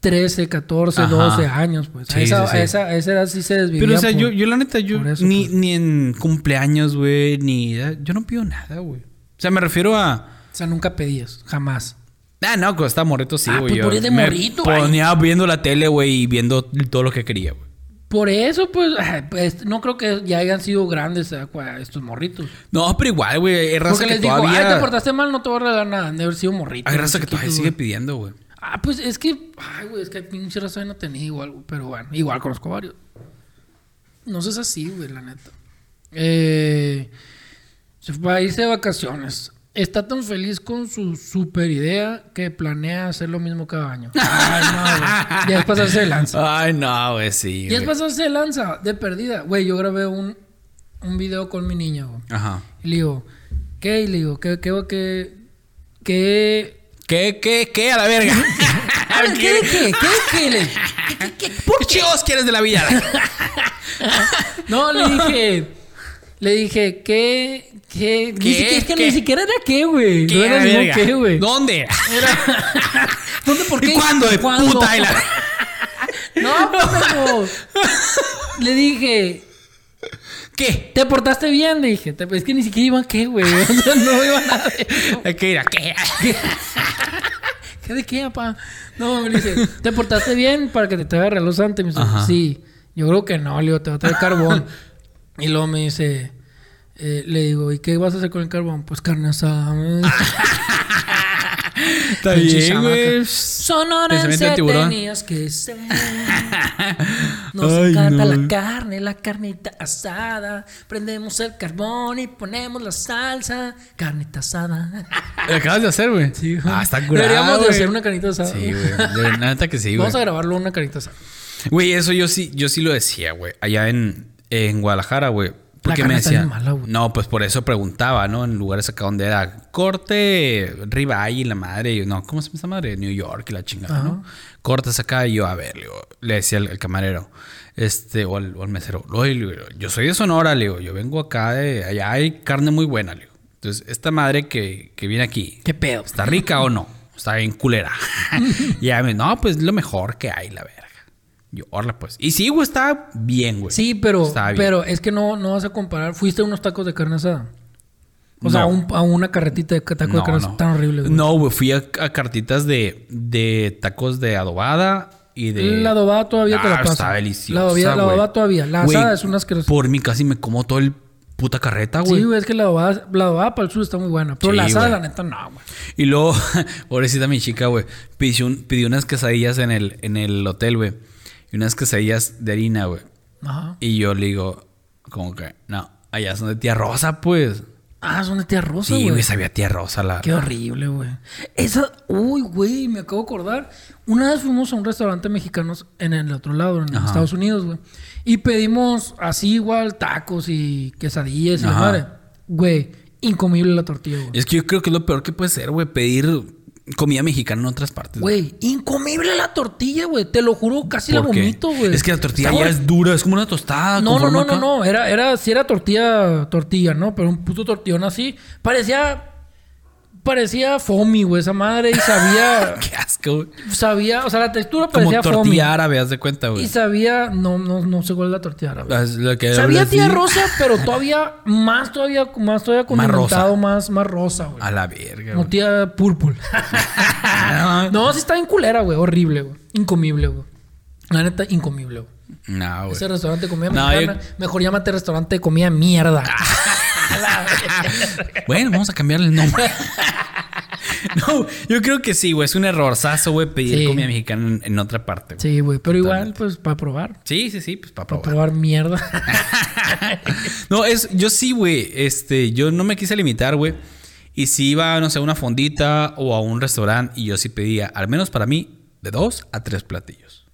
13, 14,
Ajá.
12 años, pues.
Sí,
a, esa,
sí, sí.
a esa, a esa edad sí se pues. desvivía.
Pero o sea,
por-
yo, yo la neta, yo
por eso,
ni,
pues.
ni en cumpleaños, güey, ni. ah, Yo no pido nada, güey. O sea, me refiero a.
O sea, nunca pedías, jamás.
Ah, no, cuando estaba morrito sí,
Ah,
güey.
pues,
yo
por ir de
me
morrito, ay.
Ponía viendo la tele, güey, y viendo todo lo que quería, güey.
Por eso, pues, <laughs> ay, pues, no creo que ya hayan sido grandes eh, cua- estos morritos.
No, pero igual, güey, hay raza
Porque
que
les digo,
todavía.
ay, te portaste mal, no te voy a regalar nada. Han De haber sido morritos.
hay raza que
chiquitos,
todavía
güey.
sigue pidiendo, güey.
Ah, pues es que, ay, güey, es que hay pinche raza que no tenía igual, güey, pero bueno, igual conozco varios. No seas así, güey, la neta. Eh, se fue a irse de vacaciones. Está tan feliz con su super idea que planea hacer lo mismo cada
<laughs>
año. Ay, no, güey. Ya es pasarse de lanza.
Ay, no, güey, sí.
Ya es
güey.
pasarse de lanza, de perdida. Güey, yo grabé un, un video con mi niña, güey.
Ajá.
Y le digo, ¿qué? Y le digo, ¿qué? ¿Qué? ¿Qué? ¿Qué?
<laughs> ¿Qué, qué, qué? A la verga.
<laughs> ¿Qué? ¿Qué? ¿Qué? ¿Qué? ¿Qué?
¿Por qué os quieres de
<laughs>
la vida?
No, le dije. Le dije, ¿qué? ¿Qué? Ni
¿Qué?
siquiera, es que
¿Qué?
ni siquiera era qué, güey. No
¿Qué,
era
a la
ningún
verga?
qué, güey. <laughs>
¿Dónde?
¿Dónde, por
<laughs> ¿Y
qué?
cuándo, de
¿Cuándo?
puta? Y la- <laughs>
No, pendejo. Le dije,
¿Qué?
¿te portaste bien? Le dije, "Te- es que ni siquiera iban qué, güey. <laughs> O sea, no iban nada. de-
Hay que ir a qué.
¿Qué de qué, papá? No, me dice, ¿te portaste bien para que te traiga regalos antes? Me dice, sí. Yo creo que no, le digo, te va a traer
<laughs>
carbón. y luego me dice, eh, le digo, ¿y qué vas a hacer con el carbón? Pues carne asada. me dice.
Ah, Está
Pinche
bien,
chamaca.
güey. Pensamiento de
Sonorense
tiburón.
tenías que ser.
<laughs>
Nos
Ay,
encanta
no.
la carne, la carnita asada. Prendemos el carbón y ponemos la salsa. Carnita asada.
Lo acabas de hacer, güey. Sí,
güey.
Ah, está curado.
Deberíamos de
güey.
hacer una carnita asada.
Sí, güey. De
<laughs>
neta que sí, güey.
Vamos a grabarlo una carnita asada.
Güey, eso yo sí, yo sí lo decía, güey. Allá en, en Guadalajara, güey. Porque
carne
me
está
decían.
bien mala, güey.
no, pues por eso preguntaba, ¿no? En lugares acá donde era corte, ribeye y la madre. y yo, no, ¿cómo se llama esa madre? New York y la chingada, ¿no? Cortes acá y yo, a ver, le, digo, le decía al, al camarero, este, o al, o al mesero, "Oye", le digo, yo soy de Sonora, le digo, yo vengo acá de. Allá hay carne muy buena, le digo. Entonces, esta madre que, que viene aquí,
¿Qué pedo?
¿Está rica o no? Está bien culera. <laughs> y ya me, no, pues lo mejor que hay, la verga. Yo, orla, pues. Y sí, güey, está bien, güey.
Sí, pero,
pues, Está bien.
pero es que no, no vas a comparar. Fuiste a unos tacos de carne asada. O sea, a,
No.
un- a una carretita de taco de carne asada tan horrible, güey.
No, güey, fui a, a cartitas de, de tacos de adobada y de. Ah,
La adobada todavía te la paso.
Está deliciosa.
La adobada- la
güey.
adobada todavía. La
Güey,
asada es una asquerosa.
Por mí casi me como todo el puta carreta, güey.
Sí, güey, es que la adobada, la adobada para el sur está muy buena. Pero
Sí,
la asada,
güey.
la neta, no, güey.
Y luego, <laughs> pobrecita mi chica, güey, pidió, un- pidió unas quesadillas en el, en el hotel, güey. Y unas quesadillas de harina, güey.
Ajá.
Y yo le digo, como que, no, allá son de tía Rosa, pues.
Ah, son de tía rosa,
Sí,
güey.
güey, sabía tía Rosa la.
Qué horrible, güey. Esa, uy, güey, me acabo de acordar. Una vez fuimos a un restaurante mexicano en el otro lado, en
Ajá.
Estados Unidos, güey. Y pedimos así igual tacos y quesadillas y la
Ajá.
madre. Güey, incomible la tortilla, güey.
Es que yo creo que es lo peor que puede ser, güey, pedir comida mexicana en otras partes.
Güey, incomible la tortilla, güey. Te lo juro, casi la
¿Por qué?
vomito, güey.
Es que la tortilla
Sabor-
ya es dura, es como una tostada.
No,
con
no,
forma
no, no,
acá.
no. Era, era, sí era tortilla, tortilla, ¿no? Pero un puto tortillón así. Parecía. Parecía foamy, güey, esa madre. Y
<laughs>
sabía.
Qué asco, güey.
sabía. O sea, la textura
Como
parecía foamy.
tortilla árabe, haz de cuenta,
Y
güey.
sabía. No, no, no sé cuál es la tortilla árabe.
Haz la que
Sabía
hablas
tía
así.
rosa, pero todavía más, todavía, más todavía
Más rosa.
condimentado, más, más rosa, güey.
A la verga,
No
güey.
tía
<laughs>
purple. no, sí está bien culera, güey. Horrible, güey. Incomible, güey. La neta, incomible, güey.
No, güey.
Ese restaurante de comida
No, Ah,
mexicana, mejor llámate restaurante de comida mierda.
<laughs> Bueno, vamos a cambiarle el nombre. <laughs> no, yo creo que sí, güey. Es un errorzazo, güey, pedir
Sí.
comida mexicana en, en otra parte. güey.
sí, güey, pero igual, pues, para probar.
Sí, sí, sí, pues para
Para
probar.
probar mierda.
<laughs> No, es, yo sí, güey. Este, yo no me quise limitar, güey. Y si iba, no sé, a una fondita o a un restaurante y yo sí pedía, al menos para mí, de dos a tres platillos.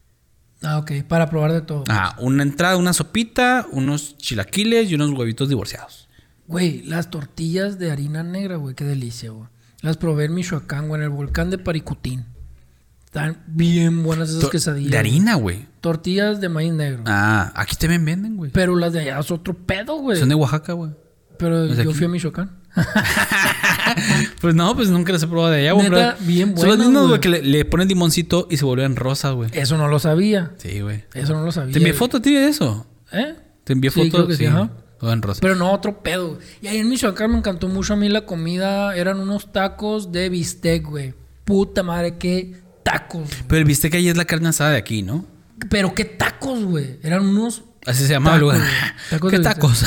ah, ok, para probar de todo.
Ajá, una entrada, una sopita, unos chilaquiles y unos huevitos divorciados.
Güey, las tortillas de harina negra, güey, qué delicia, güey. Las probé en Michoacán, güey, en el volcán de Paricutín. Están bien buenas esas
Tor-
quesadillas.
De harina, güey.
Tortillas de maíz negro.
Ah, aquí también venden, güey.
Pero las de allá es otro pedo, güey.
Son de Oaxaca, güey. <laughs>
Pero
las de
yo
aquí.
fui a Michoacán.
pues no, pues nunca les he probado de allá, güey.
Neta,
pero-
bien
Son los
buenas,
mismos,
güey. Eh,
güey, que le, le ponen limoncito y se vuelven rosas, güey.
Eso no lo sabía.
Sí, güey.
Eso no lo sabía.
Te envié
güey.
foto a ti de eso.
¿Eh?
Te envié
Sí,
foto.
creo que sí, ajá.
todo en rosa.
Pero no, otro pedo. güey. Y ahí en Michoacán me encantó mucho a mí la comida. Eran unos tacos de bistec, güey. Puta madre, qué tacos. güey.
Pero viste que ahí es la carne asada de aquí, ¿no?
Pero qué tacos, güey. Eran unos... <laughs>
Así se llama el lugar.
güey.
<laughs>
Tacos
¿Qué
de
tacos?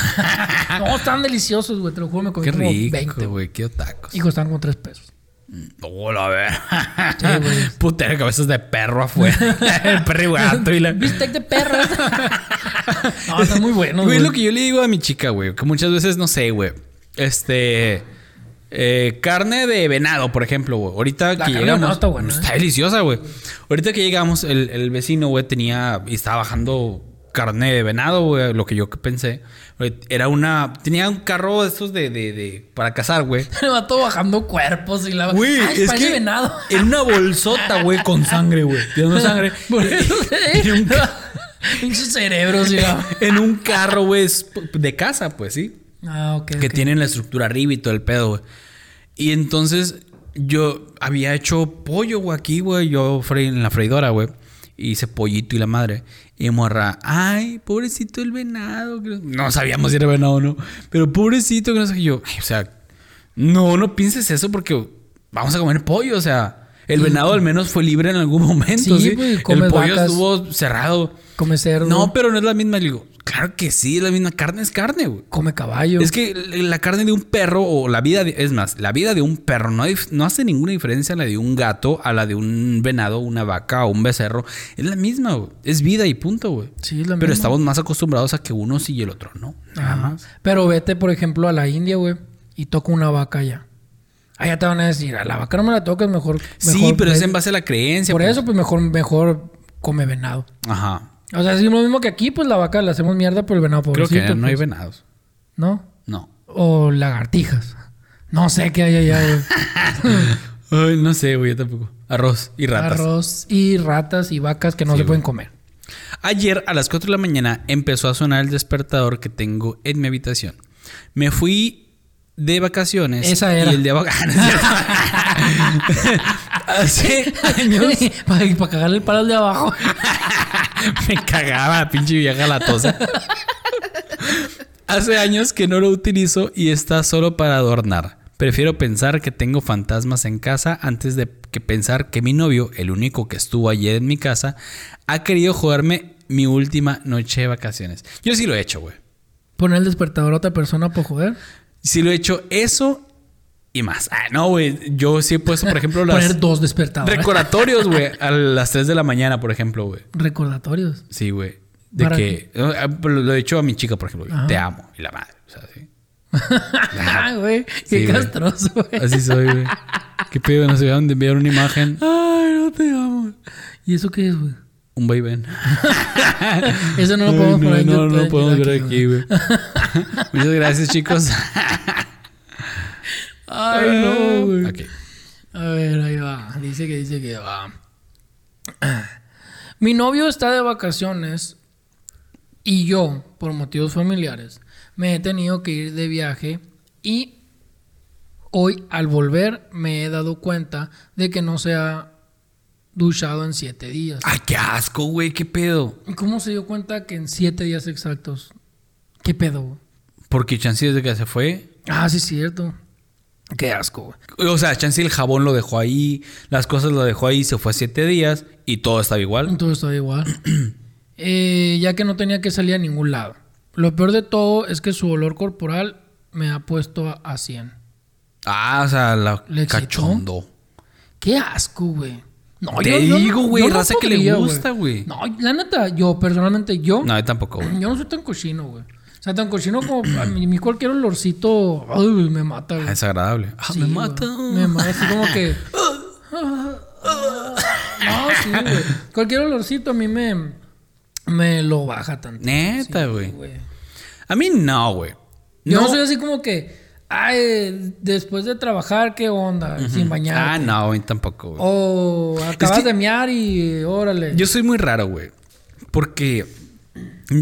No, estaban deliciosos, güey. Te lo juro, me comí
Qué
como
rico,
20.
güey. Qué tacos.
Hijo, estaban como 3 pesos.
Hola, a ver.
Sí,
<laughs>
güey.
Putero, cabezas de
<laughs>
perro afuera. el perro y gato y Ah, la...
Bistec de perro.
<laughs>
<laughs> no, están muy buenos,
Güey,
güey.
es lo que yo le digo a mi chica, güey. Que muchas veces, no sé, güey. Este... eh, carne de venado, por ejemplo, güey. Ahorita
La
que
carne de
llegamos... pues,
venado está buena,
Está deliciosa, güey. Ahorita que llegamos, el, el vecino, güey, tenía... Y estaba bajando carne de venado, güey. Lo que yo que pensé. Güey, Era una... Tenía un carro de estos de... de, de para cazar, güey.
<laughs> El vato bajando cuerpos y la...
Güey,
Ay,
es
parece
que
venado.
en una bolsota, güey, con sangre, güey.
<laughs>
Tirando sangre.
Por eso
<laughs> Y
se...
un
<laughs> Pinche cerebros y la...
<laughs> en un carro, güey, es de casa, pues sí.
Ah, ok.
Que
ok.
tienen la estructura arriba y todo el pedo, güey. Y entonces yo había hecho pollo, güey, aquí, güey. Yo freí en la freidora, güey. Y hice pollito y la madre. Y morra, ay, pobrecito el venado. que No no sabíamos si era venado o no. Pero pobrecito, que no sé qué. Yo, ay, o sea, no, no pienses eso porque vamos a comer pollo, o sea. El venado al menos fue libre en algún momento.
Sí,
Sí,
güey,
El
comes
pollo
vacas.
estuvo cerrado.
Come cerdo.
No, pero no es la misma. Le digo, claro que sí, es la misma carne, es carne, güey.
Come caballo.
Es que la carne de un perro o la vida, de- es más, la vida de un perro no, dif- no hace ninguna diferencia a la de un gato, a la de un venado, una vaca o un becerro. Es la misma, güey. Es vida y punto, güey.
Sí, es la
Pero
misma.
estamos más acostumbrados a que uno sí y el otro no. Nada
Ajá.
más.
Pero vete, por ejemplo, a la India, güey, y toca una vaca allá. Allá te van a decir, a la vaca no me la toques, mejor.
Sí,
mejor
pero es
ve-
en base a la creencia.
Por
pues.
eso, pues mejor, mejor come venado.
Ajá.
O sea, es lo mismo que aquí, pues la vaca la hacemos mierda por el venado
Creo
pobrecito.
que no hay
pues.
venados.
¿No?
No.
O lagartijas. No sé qué hay allá, güey.
Ay, no sé, güey, yo tampoco. Arroz y <laughs> ratas.
Arroz y ratas y vacas que no
Sí,
se
güey.
pueden comer.
Ayer a las 4 de la mañana empezó a sonar el despertador que tengo en mi habitación. Me fui de vacaciones.
Esa era.
Y el de <laughs> Ah, vacaciones.
<laughs>
Hace años
para, para cagarle el palo al de abajo.
me cagaba, pinche vieja latosa. Hace años que no lo utilizo y está solo para adornar. Prefiero pensar que tengo fantasmas en casa antes de que pensar que mi novio, el único que estuvo ayer en mi casa, ha querido jugarme mi última noche de vacaciones. Yo sí lo he hecho, güey.
Poner el despertador a otra persona por joder.
Si lo he hecho eso y más. Ah, no, güey. Yo sí he puesto,
<laughs>
por ejemplo, las
Poner dos despertadores.
recordatorios, güey, a las 3 de la mañana, por ejemplo, güey.
Recordatorios.
Sí, güey. De
¿Para
que. Ah, pero Lo he hecho a mi chica, por ejemplo. güey,
Ajá.
Te amo. Y la madre. O sea, sí.
<laughs> Ah, güey. Qué
Sí, güey.
castroso, güey.
Así soy, güey. Qué pedo, no se vean de enviar una imagen. Ay, no te amo.
¿Y eso qué es, güey?
Un vaivén.
Eso no lo
Ay,
podemos poner en
No,
YouTube,
no lo
en
podemos ver
YouTube,
aquí, güey. Muchas gracias, chicos.
Ay, no, güey.
Ok.
A ver, ahí va. Dice que dice que va. Mi novio está de vacaciones y yo, por motivos familiares, me he tenido que ir de viaje y hoy al volver me he dado cuenta de que no se ha duchado en siete días.
Ay, qué asco, güey, qué pedo.
¿Cómo se dio cuenta que en siete días exactos? ¿Qué pedo? güey?
Porque Chansi desde que se fue.
Ah, sí, es cierto. Qué asco, güey.
O sea, Chansi el jabón lo dejó ahí, las cosas lo dejó ahí, se fue siete días y todo estaba igual.
Todo estaba igual. <clears throat> Eh, ya que no tenía que salir a ningún lado. Lo peor de todo es que su olor corporal me ha puesto a, a 100.
Ah, o sea, la
¿Le excitó?
cachondo.
Qué asco, güey. No,
Te digo, güey,
no
raza que le
podría,
gusta, güey.
No, la neta, yo personalmente, yo,
No, yo tampoco, güey.
yo no soy tan cochino, güey. O sea, tan cochino como a mí, mi cualquier olorcito, ay, güey, me mata, güey.
Desagradable. Ah,
Sí,
me
güey.
mata.
Me mata, así como que. no, sí, güey. Cualquier olorcito a mí me. Me lo baja tanto.
Neta, güey.
güey.
A mí no, güey.
Yo no soy así como que, ay, después de trabajar, ¿qué onda? Sin
Ah,
bañar.
no, a mí tampoco, güey.
O acabas
que-
de mear y órale.
Yo soy muy raro, güey. Porque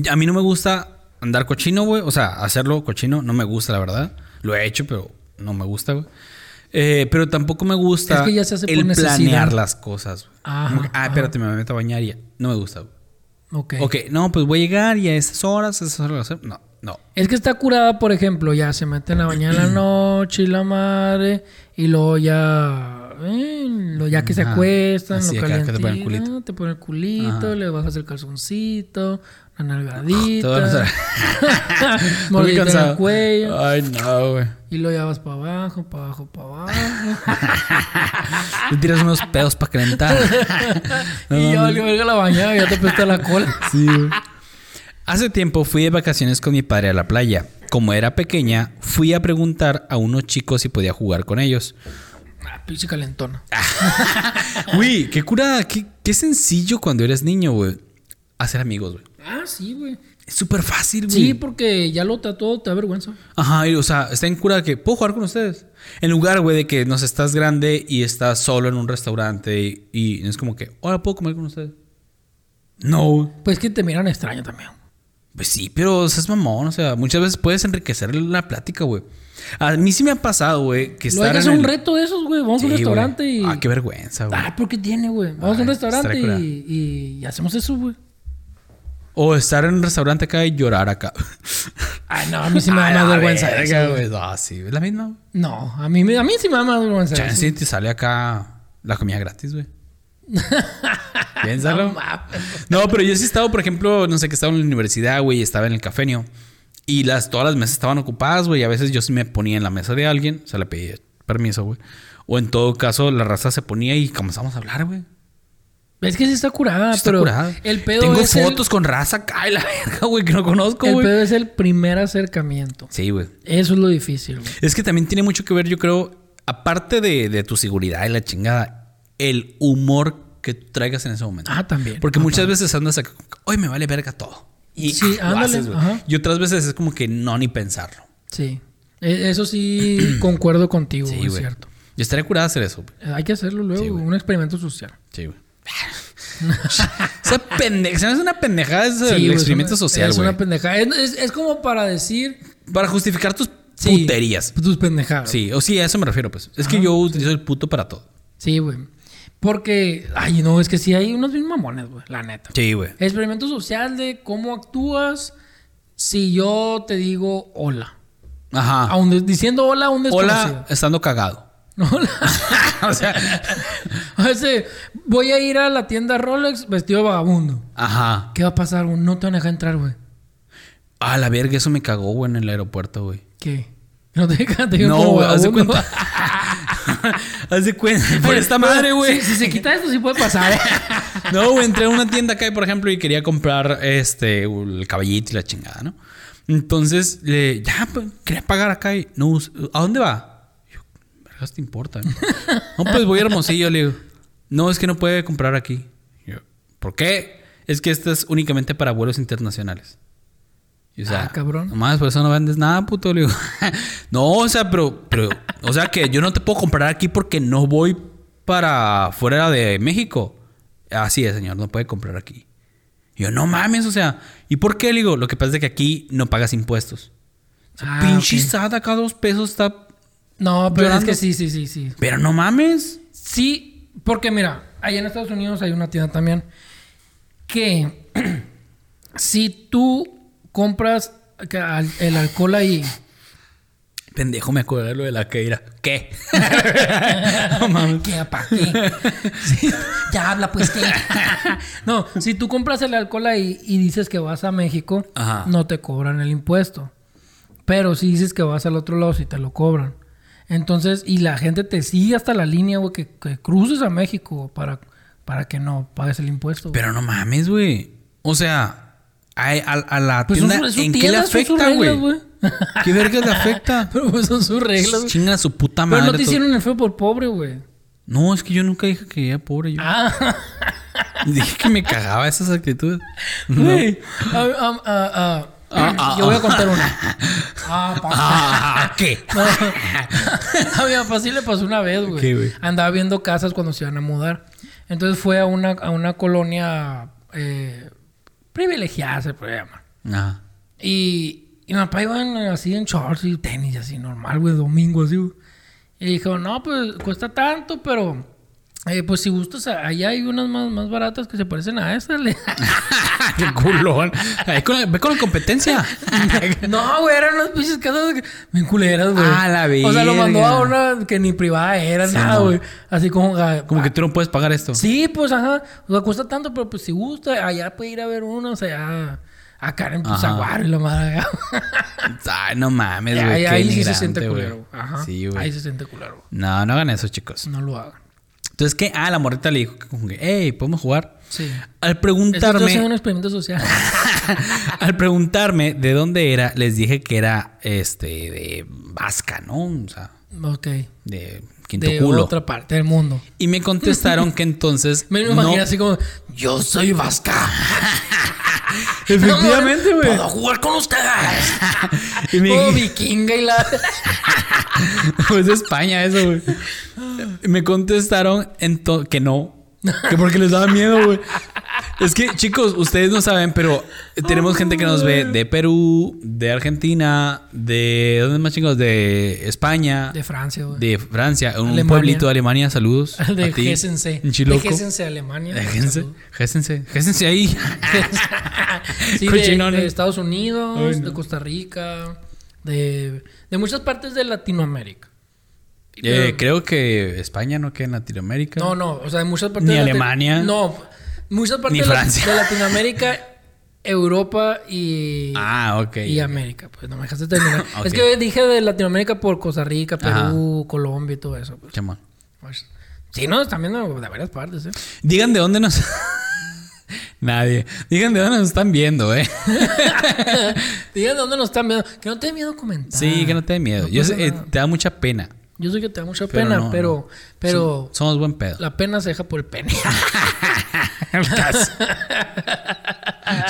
a mí no me gusta andar cochino, güey. O sea, hacerlo cochino no me gusta, la verdad. Lo he hecho, pero no me gusta, güey. Eh, pero tampoco me gusta
Es que ya se hace por
el
necesidad.
planear las cosas, güey.
Ajá,
Como que, ah, espérate, me meto a bañar y ya. No me gusta, güey.
ok.
Ok, no, pues voy a llegar y a esas horas, a esas horas. a esas- No, no.
Es que está curada, por ejemplo, ya se meten a bañar en
<clears throat>
la noche y la madre, y luego ya. eh, lo, ya que se
Ajá.
acuestan,
Así
lo
acá, que te ponen el
calientan,
culito.
te ponen el culito,
Ajá. Oh,
le bajas el calzoncito, la <laughs>
Todo lo-
nalgadita,
Estoy muy
mordida en
cansado.
el cuello,
Ay, no, güey.
y luego ya vas para abajo, para abajo, para abajo.
Te tiras unos pedos para calentar.
<laughs> y ya valió verga la bañada, ya te apesta la cola.
Sí, güey. Hace tiempo fui de vacaciones con mi padre a la playa. Como era pequeña, fui a preguntar a unos chicos si podía jugar con ellos.
Ah, pinche calentona.
Güey, qué cura, qué, qué sencillo cuando eres niño, güey. Hacer amigos, güey.
Ah, sí, güey.
Es súper fácil, güey.
Sí, porque ya lo trató, te da vergüenza.
Ajá, y, o sea, está en cura que puedo jugar con ustedes. En lugar, güey, de que nos estás grande y estás solo en un restaurante y, y es como que, ahora puedo comer con ustedes. No, güey.
Pues que te miran extraño también.
Pues sí, pero seas mamón, o sea, muchas veces puedes enriquecer la plática, güey. A mí sí me ha pasado, güey, que
Lo hay que
estar en
hacer un
el-
reto de esos, güey. Vamos
Sí,
a un
güey.
restaurante y.
Ah, qué vergüenza, güey.
Ah, ¿por qué tiene, güey? Vamos a un
Ay,
restaurante
estaría
y, y- y hacemos eso, güey.
O estar en un restaurante acá y llorar acá. <laughs>
Ay, no, a mí sí me da
Ay,
más
la
vergüenza
verga,
eso, güey.
güey. Ah, sí, es la misma. güey.
No, a mí, me- a mí sí me da más vergüenza eso.
Chance te sale acá la comida
<laughs>
gratis, güey. Piénsalo.
No mames.
No, pero yo sí he estado, por ejemplo, no sé, que estaba en la universidad, güey, y estaba en el cafenio. Y las, todas las mesas estaban ocupadas, güey. y A veces yo sí me ponía en la mesa de alguien, o sea, le pedía permiso, güey. O en todo caso, la raza se ponía y comenzamos a hablar, güey.
Es que sí está curada,
Sí está
Ah, pero.
curada.
El pedo
Tengo
es. el-
fotos con raza, ay, la verga, güey, que no conozco,
el
güey.
pedo es el primer acercamiento.
Sí, güey.
Eso es lo difícil, güey.
Es que también tiene mucho que ver, yo creo, aparte de, de tu seguridad y la chingada, el humor que tú traigas en ese momento.
Ah, también.
Porque muchas veces andas acá, como que, hoy me vale verga todo. Y
Sí,
lo
ándale,
haces, güey.
ajá.
Y otras veces es como que no ni pensarlo.
Sí. E- Eso
<clears throat>
sí, concuerdo contigo,
Sí,
güey, es
güey.
cierto.
Yo estaría curada de hacer eso, güey.
Hay que hacerlo luego,
Sí, güey.
güey, un experimento social.
Sí, güey. <laughs> Esa pendeja, se me hace una pendejada eso del
Sí, güey,
experimento
es una-
social,
Es
güey.
una pendejada. Es, es- es como para decir.
Para justificar tus
sí,
puterías.
Tus pendejadas.
Sí, o sí, a eso me refiero, pues. Es que yo utilizo el puto para todo.
Sí, güey. Porque, ay, no, es que sí hay unos bien mamones, güey, la neta.
Sí, güey.
Experimento social de cómo actúas si yo te digo hola.
Ajá.
Aun de- diciendo hola a un
Ah. Hola,
desconocido.
estando cagado. <laughs>
<laughs> Hola.
o sea,
A veces, voy a ir a la tienda Rolex vestido de vagabundo.
ajá.
¿Qué va a pasar, güey? No te van a dejar entrar, güey.
Ah, la verga, eso me cagó, güey, en el aeropuerto, güey.
¿Qué? No te <laughs> dejan, te dejan
No,
como
güey, haz de
vagabundo. <laughs>
cuenta. haz de cuenta. <laughs> Por esta madre, güey.
Si, si se quita esto, sí puede
<laughs>
pasar. Ah,
No, güey, entré a una tienda acá, por ejemplo, y quería comprar este, el caballito y la chingada, ¿no? Entonces, le, ya, pues, quería pagar acá y, no, ¿a dónde va? Y Yo, vergas, te importa, ¿no? No, pues voy a Hermosillo, le digo, no, es que no puede comprar aquí. Y Yo, ¿por qué? Es que esta es únicamente para vuelos internacionales. Y, o sea,
Ah, cabrón.
Nomás por eso no vendes nada, puto. Le digo, <laughs> no, o sea, pero, pero, o sea que yo no te puedo comprar aquí porque no voy para fuera de México. Así es, señor, no puede comprar aquí. Y yo, no mames, o sea, ¿y por qué? Le digo, lo que pasa es que aquí no pagas impuestos.
Ah,
Pinche
ok.
SAT a cada dos pesos está.
No, pero es
Llorando.
que sí, sí, sí, sí.
Pero no mames.
Sí, porque mira, allá en Estados Unidos hay una tienda también que <clears throat> si tú compras que al- el alcohol ahí,
Pendejo, me acordé de lo de la queira. ¿Qué? <laughs> no mames.
¿qué, pa' qué? Sí, ya habla, pues,
<laughs>
¿qué? no, si tú compras el alcohol ahí y dices que vas a México,
Ajá.
no te cobran el impuesto. Pero si dices que vas al otro lado, sí te lo cobran. Entonces, y la gente te sigue hasta la línea, güey, que, que cruces a México güey, para, para que no pagues el impuesto. güey.
Pero no mames, güey. O sea, a, a- a la
Pues son
tienda,
sus- son
¿en qué le
tiendas, son sus
afecta,
reglas,
güey?
güey.
¿Qué
<laughs>
vergas le afecta?
Pero pues son sus reglas. güey.
Chinga su puta
Pero
madre.
no te
todo.
hicieron el feo por pobre, güey.
No, es que yo nunca dije que era
<laughs>
pobre. Yo
Ah,
dije que me cagaba esas actitudes.
güey. Ah, ah, ah, ah.
Ah, ah,
Yo voy a
ah.
contar una.
<laughs>
Ah, papá.
Ah,
<laughs>
¿qué?
No. a mi papá sí le pasó una vez, güey.
¿Qué, güey?
Andaba viendo casas cuando se iban a mudar. Entonces fue a una, a una colonia eh, privilegiada, se puede llamar.
Ajá.
Y, y mi papá iba en- así en shorts y tenis, así normal, güey, domingo, así, güey. Y dijo, no, pues cuesta tanto, pero eh, pues si gustas, allá hay unas más, más baratas que se parecen a estas. le-
Ah, Qué culón. Ahí con la- ve con la
<laughs>
competencia. <laughs>
no, güey, eran unas pinches casas que- bien culeras, güey.
Ah, la
O sea, lo mandó a
verga.
una que ni privada era, nada,
amor.
güey. Así como... ah,
Como que tú no puedes pagar esto.
Sí, pues ajá. O sea, cuesta tanto, pero pues si gusta, allá puede ir a ver una, o sea, a Karen, pues
Ajá.
aguaro y la madre. acá.
Ay,
<laughs>
no mames, güey.
ahí
qué
ahí sí se
denigrante,
siente
güey.
culero. Ajá.
Sí,
ahí
güey.
se siente culero. güey.
No, no hagan eso, chicos.
No lo hagan.
Entonces, ¿qué? Ah, la morrita le dijo que, como que, hey, ¿podemos jugar?
Sí.
Al
Esto
preguntarme.
es un experimento
<laughs>
social.
Al preguntarme de dónde era, les dije que era este de Vasca, ¿no? O sea,
ok.
de Quinto
De
Culo.
otra parte del mundo.
Y me contestaron que entonces.
<laughs> Me lo
no-
imagino así como, yo soy vasca. <laughs>
Efectivamente, güey.
Puedo jugar con ustedes.
<laughs> Y me-
Todo vikinga y la...
<laughs> Pues de España eso, güey. Me contestaron ento- que no. Que porque les daba miedo, güey. Es que, chicos, ustedes no saben, pero tenemos gente que nos ve de Perú, de Argentina, de... ¿Dónde más chicos? De España.
De Francia, güey.
de Francia, un
Alemania.
pueblito de Alemania, saludos.
<laughs> De
a ti,
Gessense.
un
De
chiloco.
Gessense, Alemania.
De Gessense. Gessense.
<laughs>
Gessense ahí.
sí, de,
Cochinones.
de Estados Unidos,
Ay, no.
de Costa Rica, de, de muchas partes de Latinoamérica.
Eh, creo que España no queda en Latinoamérica.
No, no, o sea, de muchas partes
Ni
de Lati-
Alemania.
No, muchas partes
Ni
de la-
Francia.
de
<laughs>
Latinoamérica, Europa y
Ah, ok.
y América, pues no me dejaste
<laughs>
terminar.
Ok.
Es que dije de Latinoamérica por Costa Rica, Perú, Colombia y todo eso. pues.
Chama.
Pues, Sí, no, también de de varias partes, ¿eh?
Digan de dónde nos. <laughs> Nadie. Digan de dónde nos están viendo, ¿eh?
<laughs> Digan dónde nos están viendo. Que no te dé miedo comentar.
Sí, que no te den miedo. Yo
Ah. pasa
sé, eh,
nada.
te da mucha pena.
Yo sé que te da mucha
Pero
pena,
no,
pero,
no.
pero
So- somos buen
<laughs>
pedo.
la pena se deja por el
<laughs>
pene. <laughs>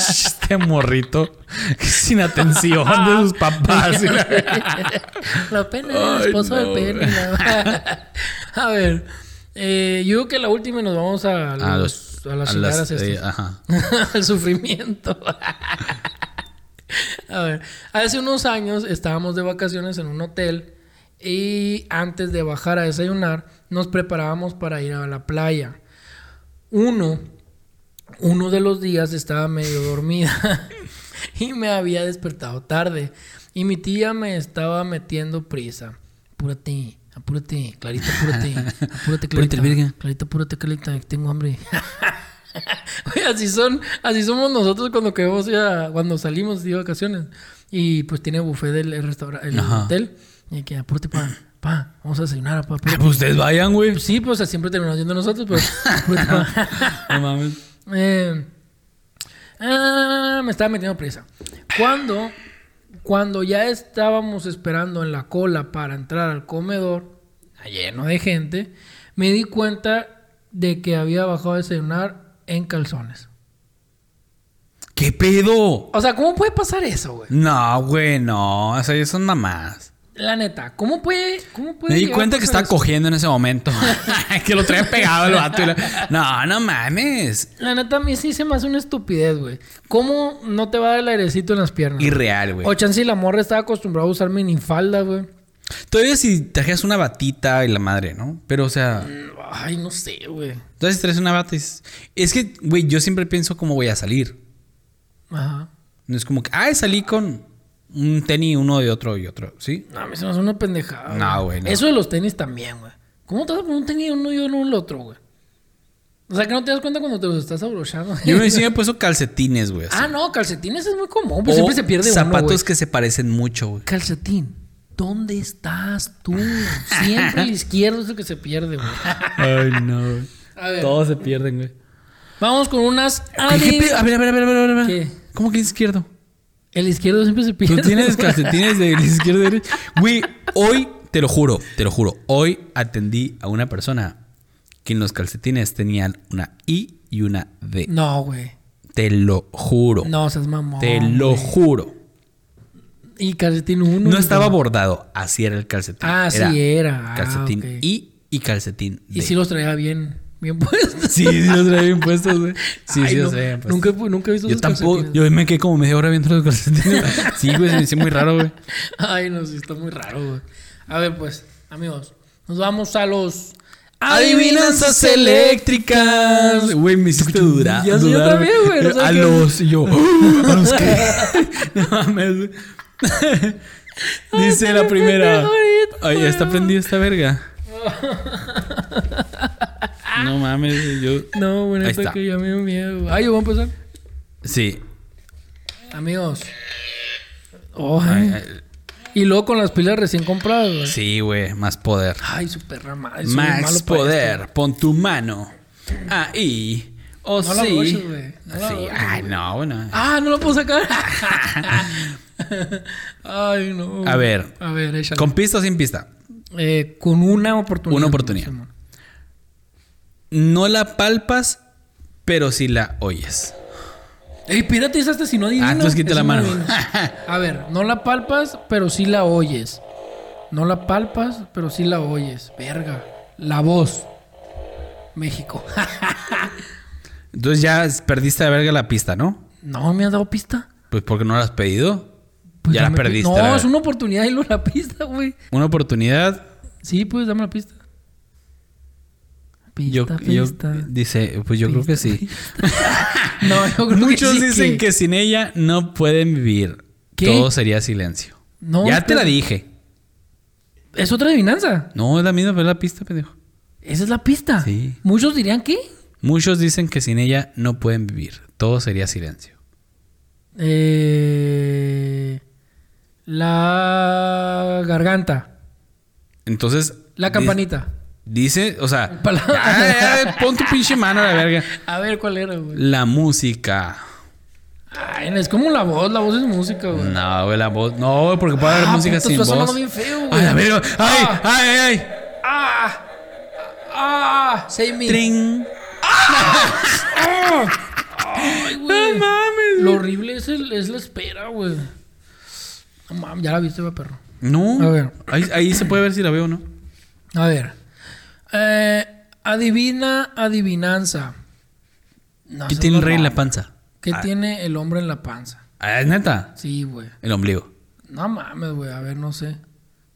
este morrito sin atención de sus
<laughs>
papás. <laughs>
la pena del
Ay,
esposo
no,
del pene. la- <laughs> a ver, eh, yo creo que la última y nos vamos a,
A
los-
los-
a las
a
chingadas estas.
eh, ajá.
<laughs> al sufrimiento. <laughs> A ver, hace unos años estábamos de vacaciones en un hotel y antes de bajar a desayunar nos preparábamos para ir a la playa. Uno, uno de los días estaba medio dormida <laughs> y me había despertado tarde y mi tía me estaba metiendo prisa. Apúrate, apúrate, Clarita, apúrate, apúrate, Clarita,
virga.
Clarita, apúrate, Clarita, que tengo hambre. Güey, así son, así somos nosotros cuando queremos ir a- cuando salimos de vacaciones. Y pues tiene buffet del el restaurante, el
Ajá.
hotel. Y que apúrate, pa, pa, vamos a desayunar, pa,
Ah,
apúrate".
pues ustedes vayan, güey.
Sí, pues siempre terminamos yendo nosotros, pero apúrate, pa.
<laughs> No mames.
Eh, ah, me estaba metiendo prisa. Cuando, cuando ya estábamos esperando en la cola para entrar al comedor, lleno de gente, me di cuenta de que había bajado a desayunar en calzones.
¿Qué pedo?
O sea, ¿cómo puede pasar eso, güey?
No, güey, no. O sea, ellos son mamás.
La neta, ¿cómo puede, cómo puede
Me di
llegar a
cuenta que
pasar
estaba cogiendo en ese momento. <laughs> que lo traía pegado el vato. y la- No, no mames.
eso? La neta, a mí sí se me hace una estupidez, güey. ¿Cómo no te va a dar el airecito en las piernas?
Irreal,
O
güey.
chance y la morra estaba acostumbrada a usar minifalda, güey.
Todavía si trajeras una batita y la madre, ¿no? Pero, o sea...
Ay, no sé, güey.
Entonces traes una bata y dices, Es que, güey, yo siempre pienso cómo voy a salir.
Ajá.
No es como que, ah, salí con un tenis, uno de otro y otro, ¿sí?
No, a mí se me hace una pendejada.
No, güey, no.
Eso de los tenis también, güey. ¿Cómo te vas a poner un tenis uno y uno el otro, güey? O sea, que no te das cuenta cuando te los estás abrochando.
Yo me decía, he puesto calcetines, güey. así.
<laughs> Ah, no, calcetines es muy común.
O
Pues siempre se pierde uno,
Zapatos
güey.
que se parecen mucho, güey.
Calcetín, ¿dónde estás tú? Siempre el izquierdo es el que se pierde, güey.
Ay, no.
A ver.
Todos se pierden, güey.
Vamos con unas...
¿Qué
adiv-
pedo? A ver, a ver, a ver, a ver. a ver.
¿Qué?
¿Cómo que izquierdo?
El izquierdo siempre se
Tú
pierde. güey.
tienes calcetines de izquierda y derecha. Güey, hoy, te lo juro, te lo juro. Hoy atendí a una persona que en los calcetines tenían una I y una D.
No, güey.
Te lo juro.
No, seas mamón.
Te lo
güey.
juro.
Y calcetín uno.
No estaba bordado. Así era el calcetín.
Ah, sí era. Ah,
Calcetín
ok.
I y calcetín D.
Y sí los traía bien, bien <laughs> puestos.
sí, sí los traía bien puestos, güey. Sí,
Ay,
sí
no,
los traía bien puestos.
Nunca, he pu- nunca he visto
yo
esos
tampoco.
calcetines.
Yo me quedé como media hora viendo los
<laughs>
calcetines. sí, güey, se me hizo muy raro, güey.
Ay, no, sí, está muy raro, güey. A ver, pues, amigos, nos vamos a los...
Adivinanzas eléctricas. Güey, me hiciste dudar.
Ya sé, yo
dudar, eh,
también, güey, no sé
a
qué-
los.
<laughs>
y yo. "Uh, ¿A los qué? no mames. güey. Dice la primera.
pendejo,
Ay, está prendida
<laughs>
esta verga. No mames, güey, yo.
<laughs> No, bueno,
Ahí
está
está.
que ya me dio miedo. güey. Ay, yo voy a empezar.
Sí.
Amigos. Oh,
Ay,
ay.
ay,
Y luego con las pilas recién compradas, güey.
Sí, güey, más poder.
Ay, su perra madre. soy bien malo
Max
para
poder, pon tu mano ahí. O
No la
sí.
abroches, güey. No la
sí.
abroches,
Ay, no, bueno.
esto. Ah, no lo puedo
<laughs>
sacar. ay, no.
A ver.
A ver, échale.
¿Con pista o sin pista?
Eh, con una oportunidad.
Una oportunidad.
Simón.
No la palpas, pero sí la oyes.
Ey, espérate, es hasta si no adivino.
Ah, entonces quita
Es
la
una
mano. <laughs>
adivina. A ver, no la palpas, pero sí la oyes. No la palpas, pero sí la oyes. Verga. La voz. México. <laughs>
Entonces ya perdiste de verga la pista, ¿no?
no, me has dado pista.
Pues porque no la has pedido.
Pues
ya la
dame-
perdiste.
No,
la verga.
es una oportunidad y luego la pista, güey.
Una oportunidad.
Sí, pues dame la pista. Pista,
Yo, yo-
pista.
dice, pues yo creo que sí.
<laughs> No, <laughs> yo creo
Muchos
que sí
dicen que... sin ella no pueden vivir.
¿Qué?
Todo sería silencio.
No,
ya te
espera.
la dije.
Es otra adivinanza.
No, es la misma, pero es la pista, pendejo.
Esa es la pista.
Sí.
Muchos dirían que.
Muchos dicen que sin ella no pueden vivir. Todo sería silencio.
Eh, la garganta.
Entonces.
La
di-
campanita.
Dice, o sea.
<laughs> Palabra.
ay, ay, pon tu pinche mano a la verga.
A ver, ¿cuál era, güey?
La música.
Ay, es como la voz. La voz es música, güey.
No, güey, la voz. No, güey, porque puede haber
Ah,
música
puta,
sin
está sonando
voz.
bien feo, güey.
ay, a ver, ay,
Ah.
ay, ay, ay.
¡Ah! ¡Ah! ¡Save me!
Tring.
Ay, güey.
No mames,
Lo horrible es, el- es la espera, güey. No mames, ya la viste, va, perro.
No.
A ver.
Ahí, ahí se puede ver si la veo o no.
A ver. Eh, adivina, adivinanza. No,
¿Qué
esa
tiene
es
el Ah. rey en la
rara.
panza?
¿Qué tiene el hombre en la panza?
Ah, ¿es neta.
Sí, güey.
El ombligo.
No mames, güey. A ver, no sé.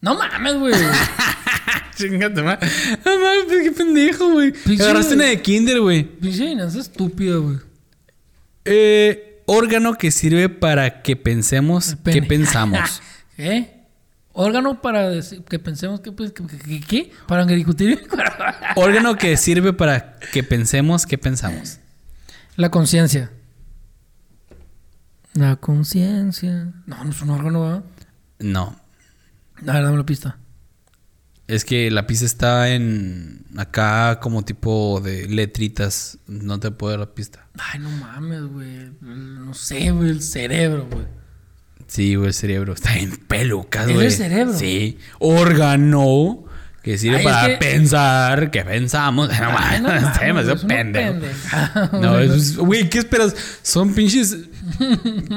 No mames,
<laughs>
güey.
<laughs> Chingate, ma. No mames, pues, qué pendejo, güey.
Pinche-
Agarraste una de Kinder, güey.
Pinche adivinanza estúpida, güey.
Eh, órgano que sirve para que pensemos
Pene.
qué
<laughs>
<laughs> pensamos.
¿Qué? Órgano para decir- que pensemos que, pues, que- que- que- ¿qué? Para discutir el corazón.
órgano que sirve para que pensemos qué pensamos.
La conciencia. La conciencia. No, no es un órgano, ¿verdad?
No.
A ver, dame la pista.
Es que la pista está en acá como tipo de letritas. No te puedo dar la pista.
Ay, no mames, güey. No sé, güey. El cerebro, güey.
Sí, güey, el cerebro. Está en pelucas,
¿Es el
güey.
cerebro?
Sí. Órgano que sirve
Ay, es
para
que-
pensar qué pensamos. <laughs> No,
Ay, <laughs>
mames, está demasiado
güey, es una
pendejo.
pendejada,
No,
güey.
eso es- güey, ¿qué esperas? Son pinches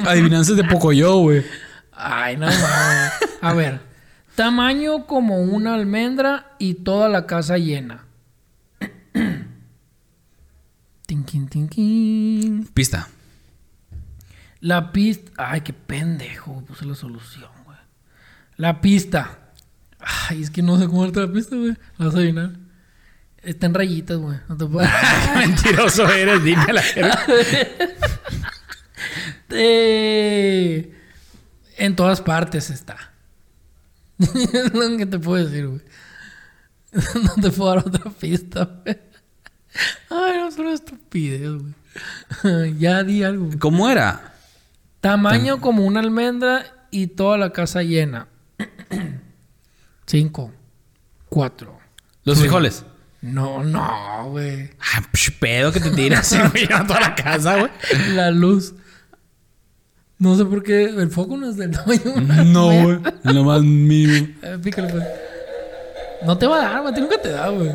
Adivinanzas de Pocoyo, güey.
<laughs> Ay, no mames. A ver. Tamaño como una almendra y toda la casa llena. <clears throat> Tinkin, tinkin.
Pista. <laughs>
La pista. Ay, qué pendejo. Puse la solución, güey. La pista. Ay, es que no sé cómo darte la pista, güey. La vas a adivinar. Está en rayitas, güey. No te puedo.
Mentiroso eres, dime la verdad.
Eh, en todas partes está. <laughs> Es lo que te puedo decir, güey. <laughs> No te puedo dar otra pista, güey. Ay, no, solo estupidez, güey. <laughs> Ya di algo. güey.
¿Cómo era?
Tamaño como una almendra y toda la casa llena. <clears throat> Cinco. Cuatro.
Los frijoles.
No, no, güey.
Ah, psh, pedo que te tiras, <laughs> güey, a toda la casa, güey.
La luz. No sé por qué el foco no es del <laughs> tamaño. de una
No,
almendra.
güey. Lo más mínimo.
Eh, Pícale, pues. No te va a dar, güey. a ti Nunca te da, güey.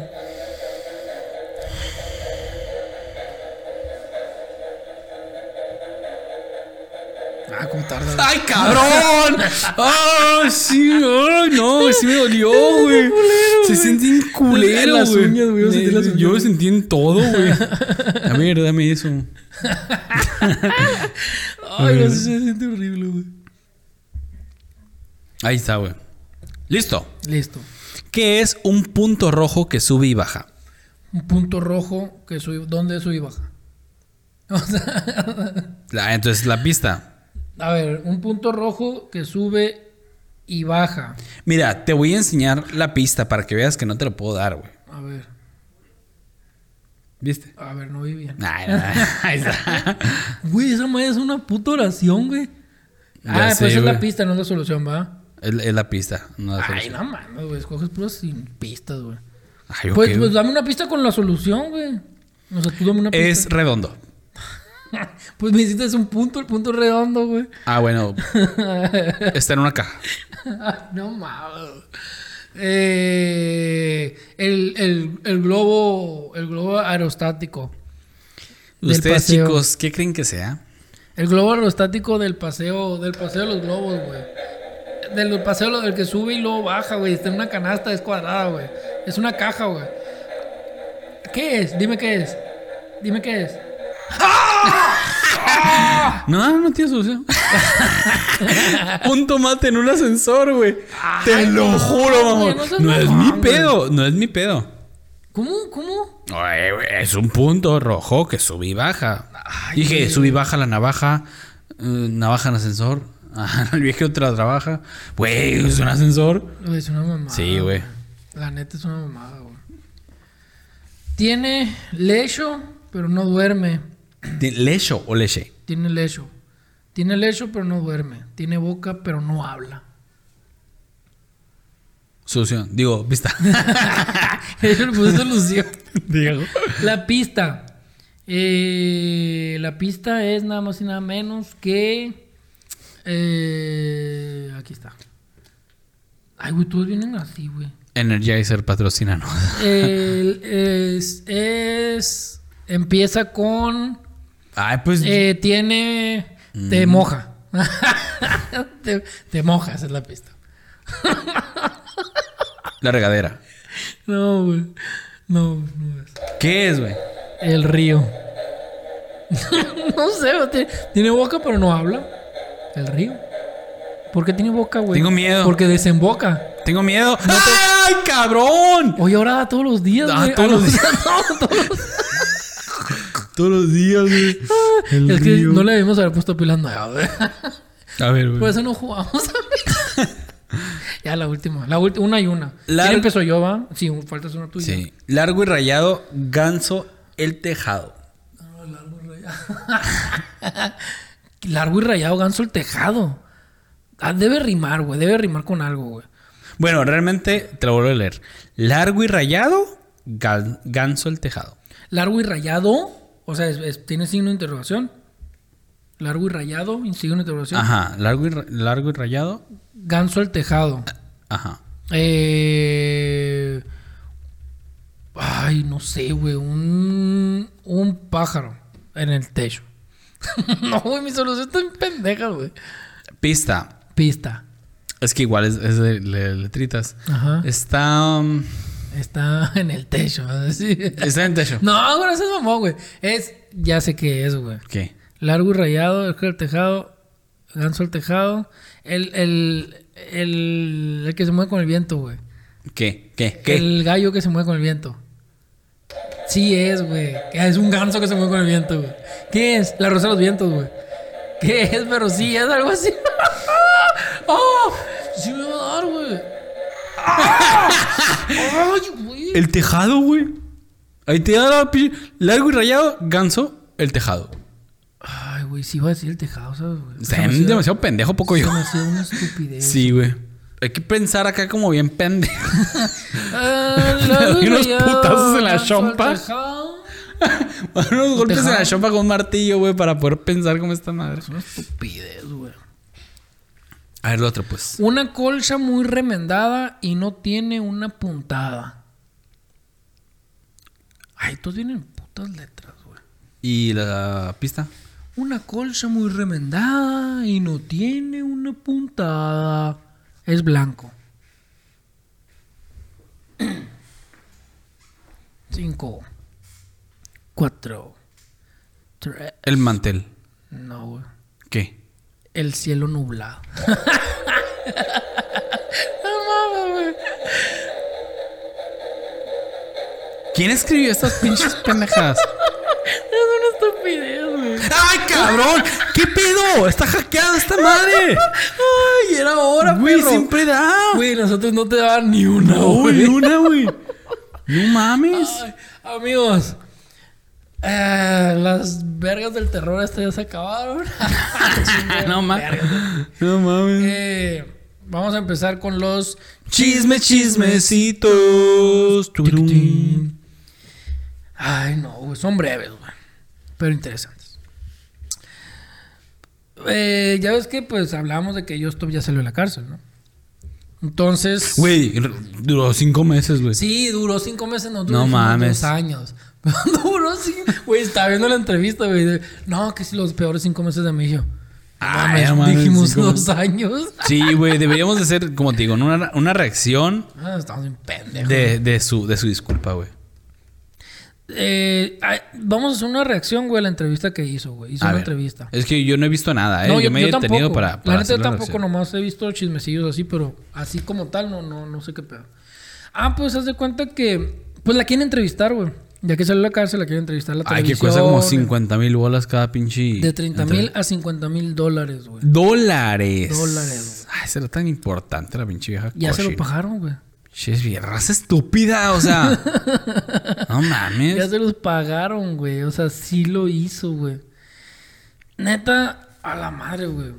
Ah, cómo tarda. güey.
¡Ay, cabrón! ¡Ah, sí! ¡Ay, no! Sí me dolió, güey. Se sentí en culero,
Las
güey.
uñas, güey, yo sentí las uñas.
Yo sentí en
<laughs>
todo, güey. A ver, dame eso.
Ay, no sé, se siente horrible, güey.
Ahí está, güey. Listo.
Listo.
¿Qué es un punto rojo que sube y baja?
Un punto rojo que sube. ¿Dónde sube y baja? O sea,
La- entonces, la pista.
a ver, un punto rojo que sube y baja.
Mira, te voy a enseñar la pista para que veas que no te lo puedo dar, güey.
A ver,
¿Viste?
a ver, no vi bien. <laughs>
Ay, no, ahí está.
Güey, esa madre es una puta oración, güey.
Ya
ah,
sé,
pues es
güey.
la pista, no es la solución, ¿va?
Es, es la pista. No la
Ay,
solución.
no mames, güey. Escoges puras sin pistas, güey.
Ay, ok,
Pues,
güey.
pues dame una pista con la solución, güey. O sea, tú dame una pista. <laughs>
Es redondo.
Pues me hiciste un punto, el punto redondo, güey. <laughs>
Ah, bueno. Está en una caja.
Ay, <laughs> no mames. Eh, el, el, el globo, el globo aerostático. del
Ustedes,
paseo.
chicos, ¿qué creen que sea?
El globo aerostático del paseo, del paseo de los globos, güey. Del paseo del que sube y luego baja, güey. Está en una canasta, es cuadrada, güey. Es una caja, güey. ¿Qué es? Dime qué es. Dime qué es.
No, no
<laughs>
tiene solución. Un tomate en un ascensor, güey. Te lo
no,
juro, mamón.
güey, no seas
No es mi
mamón, güey.
pedo, no es mi pedo.
¿Cómo? ¿Cómo?
Ay, güey, Es un punto rojo que sube y baja. Dije, sube y baja la navaja. eh, navaja en ascensor. Ajá, <laughs> El viejo otra trabaja. Güey, es un ascensor.
Güey, Es una mamada.
Sí, güey.
La neta es una mamada, güey. Tiene lecho, pero no duerme.
Ti- ¿Lecho o leche?
Tiene lecho. Tiene lecho, pero no duerme. Tiene boca, pero no habla. <laughs>
Solución.
<laughs>
Digo, vista.
Yo le puse solución.
Diego.
La pista. Eh, la pista es nada más y nada menos que. eh, aquí está. Ay, güey, todos vienen así, güey.
Energizer patrocina, ¿no?
El- es, es- Empieza con.
Ay, pues.
eh, tiene. Te moja. <laughs> te, te moja, esa es la pista.
La regadera.
No, güey. No, no es.
¿Qué es, güey?
El río. <laughs> no sé, güey, tiene, tiene boca pero no habla. El río. ¿Por qué tiene boca, güey?
Tengo miedo.
Porque desemboca.
Tengo miedo. ¡Ay, cabrón!
Oye, ahora da todos los días,
Ah,
güey.
todos
A <laughs>
los
no, todos los-
<laughs>
Ah,
Todos los días, güey. El
es que
río.
no le debimos haber puesto pilas nuevas, güey. <laughs>
A ver, güey.
Por eso no Pues, jugamos. <laughs> ya la última. La última, una y una.
La-
¿Quién empezó yo, va? Sí, falta una tuya.
sí. Largo y rayado, ganso, el tejado.
<laughs> Largo y rayado, ganso el tejado. Ah, debe rimar, güey. Debe rimar con algo, güey.
Bueno, realmente te lo vuelvo a leer. Largo y rayado, gan- ganso, el tejado.
Largo y rayado, o sea, es- es- tiene signo de interrogación. Largo y rayado, y signo de interrogación.
Ajá. Largo y, ra- largo y rayado.
Ganso al tejado.
Ajá.
Eh, Ay, no sé, güey. Un, un pájaro en el techo. <laughs> no, güey, mi solución está en pendeja, güey.
Pista.
Pista.
Es que igual es, es de le- letritas.
Ajá.
Está. um,
Está en el techo, <laughs> vas a decir.
Está en techo.
No, güey, no seas mamón, güey. Es, ya sé qué es, güey.
¿Qué?
Largo y rayado, el del tejado, ganso al tejado, el, el, el, el que se mueve con el viento, güey.
¿Qué? ¿Qué? ¿Qué?
El gallo que se mueve con el viento. Sí es, güey. Ah, Es un ganso que se mueve con el viento, güey. ¿Qué es? La rosa de los vientos, güey. ¿Qué es? Pero sí es algo así. <laughs> ¡Oh! Sí me va a dar, güey. <laughs> ¡Ah! ¡Ay, güey!
El tejado, güey. Ahí te da la pi- largo y rayado, ganso, el tejado.
Ay, güey, sí iba a decir el tejado, ¿sabes, güey?
Está bien demasiado pendejo, poco yo.
Demasiado una estupidez.
Sí, güey. Hay que pensar acá como bien <laughs> pendejo.
Ah,
Le <laughs> doy unos
rayado,
putazos en la
ganso al
chompa.
tejado.
Unos golpes en la
tejado?
chompa con un martillo, güey, para poder pensar como esta madre.
Es una estupidez, güey.
A ver, lo otro, pues.
Una colcha muy remendada y no tiene una puntada. Ay, todos vienen putas letras, güey.
¿Y la pista?
Una colcha muy remendada y no tiene una puntada. Es blanco. <clears throat> Cinco. Cuatro. Tres.
El mantel.
No, güey.
¿Qué?
El cielo nublado. <laughs> no mames, güey.
¿Quién escribió estas <laughs> pinches pendejadas?
Es una estupidez, güey.
¡Ay, cabrón! ¿Qué pedo? ¡Está hackeada esta <laughs> madre!
Ay, era hora,
Güey,
perro.
siempre da.
Güey, nosotros no te daban ni una,
No,
güey.
güey, una, güey. No mames.
<laughs> Ay, amigos, eh, las vergas del terror hasta ya se acabaron. <laughs>
no mames. No mames.
Eh, vamos a empezar con los
Chisme, chismecitos. Turum.
Ay, no, güey, son breves, güey. Pero interesantes. Eh, ya ves que pues hablamos de que Yostop ya salió de la cárcel, ¿no? Entonces.
Güey, r- duró cinco meses, güey.
Sí, duró cinco meses, no duró
No
no
mames.
años. <laughs> duró cinco. Güey, estaba viendo la entrevista, güey. de, No, que si los peores cinco meses de México.
Ah,
Mames,
no mames,
dijimos
cinco
dos años. <laughs>
Sí, güey, deberíamos de hacer, como te digo, una, una reacción
Ah, estamos en pendejo.
de, de su, de su disculpa, güey.
Eh, ay, vamos a hacer una reacción, güey, a la entrevista que hizo, güey. Hizo
A
una
ver,
entrevista.
Es que yo no he visto nada, ¿eh?
No,
yo, me he detenido
tampoco.
para, para
La neta,
hacer
yo
la
tampoco
reacción.
nomás he visto chismecillos así, pero así como tal, no, no, no sé qué pedo. Ah, pues haz de cuenta que. Pues la quieren entrevistar, güey. Ya que salió de la cárcel, la quieren entrevistar la
Ay, que cuesta como
televisión,
50 mil bolas cada pinche.
De 30
entre-
mil a 50 mil dólares, güey.
Dólares.
Dólares,
Ay, será tan importante la pinche vieja.
Ya se lo
cochina.
pagaron, güey.
Che, es bien raza estúpida,
<laughs>
o sea. no mames.
Ya se los pagaron, güey. O sea, sí lo hizo, güey. Neta, a la madre, güey.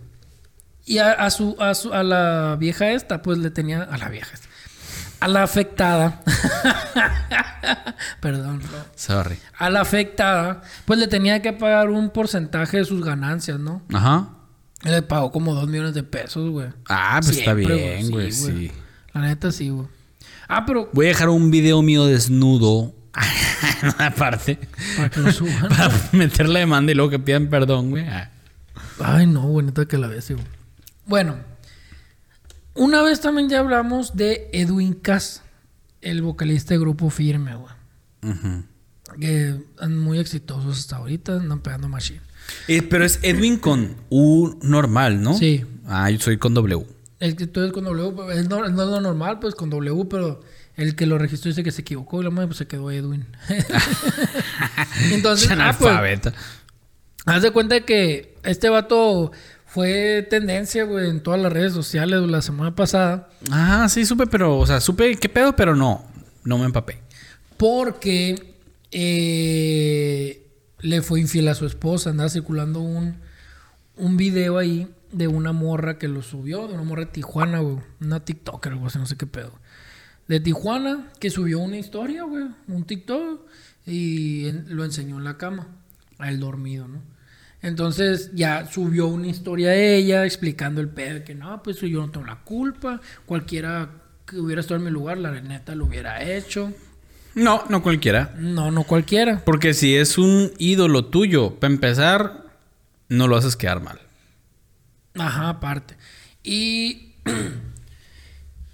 Y a, a su, a su, a la vieja esta, pues le tenía. A la vieja esta. A la afectada. <laughs> Perdón, bro.
Sorry.
A la afectada, pues le tenía que pagar un porcentaje de sus ganancias, ¿no?
Ajá.
Le pagó como dos millones de pesos, güey.
Ah, pues
Siempre,
está bien, güey, sí.
La neta, sí, güey. Ah, pero
Voy a dejar un video mío desnudo. <laughs> en una parte.
para
<laughs>
que lo suban.
Para meter la demanda y luego que pidan perdón, güey. Ah.
Ay, no, güey, neta que la ves, güey. Bueno, una vez también ya hablamos de Edwin Cass, el vocalista de Grupo Firme, güey.
Ujú.
Que son muy exitosos hasta ahorita, andan pegando machine.
Eh, pero es Edwin con U normal, ¿no?
Sí.
Ah, yo soy con W.
El que tú es con W, pues, es no, no es lo normal, pues con W, pero el que lo registró dice que se equivocó y la madre pues se quedó Edwin. Entonces, ah, pues,
Analfabeta.
Haz de cuenta que este vato fue tendencia, güey, en todas las redes sociales güey, la semana pasada.
Ah, sí, supe, pero, o sea, supe qué pedo, pero no. No me empapé.
Porque eh, le fue infiel a su esposa. Andaba circulando un, un video ahí de una morra que lo subió, de una morra de Tijuana, güey. Una TikToker, algo así, no sé qué pedo. De Tijuana, que subió una historia, güey, un TikTok, y en- lo enseñó en la cama, a él dormido, ¿no? Entonces ya subió una historia de ella explicando el pedo, que no, pues yo no tengo la culpa, cualquiera que hubiera estado en mi lugar, la neta lo hubiera hecho.
No, no cualquiera.
No, no cualquiera.
Porque si es un ídolo tuyo, para empezar, no lo haces quedar mal.
Ajá, aparte. Y. <clears throat>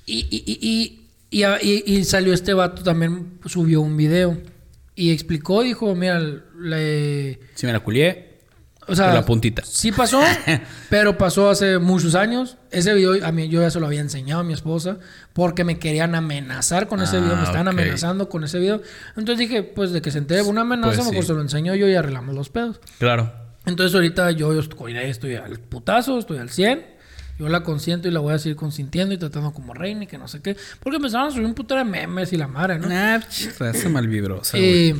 Y, y, y, y, y- y- y salió este vato también, subió un video. Y explicó, dijo: Mira, le-
Si me la culié,
O sea,
Con la puntita.
Sí
<laughs>
pasó, pero pasó hace muchos años. Ese video a mí yo ya se lo había enseñado a mi esposa porque me querían amenazar con ese
Ah,
video, me estaban
ok.
amenazando con ese video. Entonces dije, pues de que se entere de una amenaza,
Pues,
mejor
sí.
se lo enseño yo y arreglamos los pedos.
claro.
Entonces ahorita yo, yo estoy, estoy al putazo, estoy al 100. Yo la consiento y la voy a seguir consintiendo y tratando como reina y que no sé qué. Porque empezaron a subir un putero de memes y la madre, ¿no?
Ah, ch- raza malvibrosa, güey.
Eh,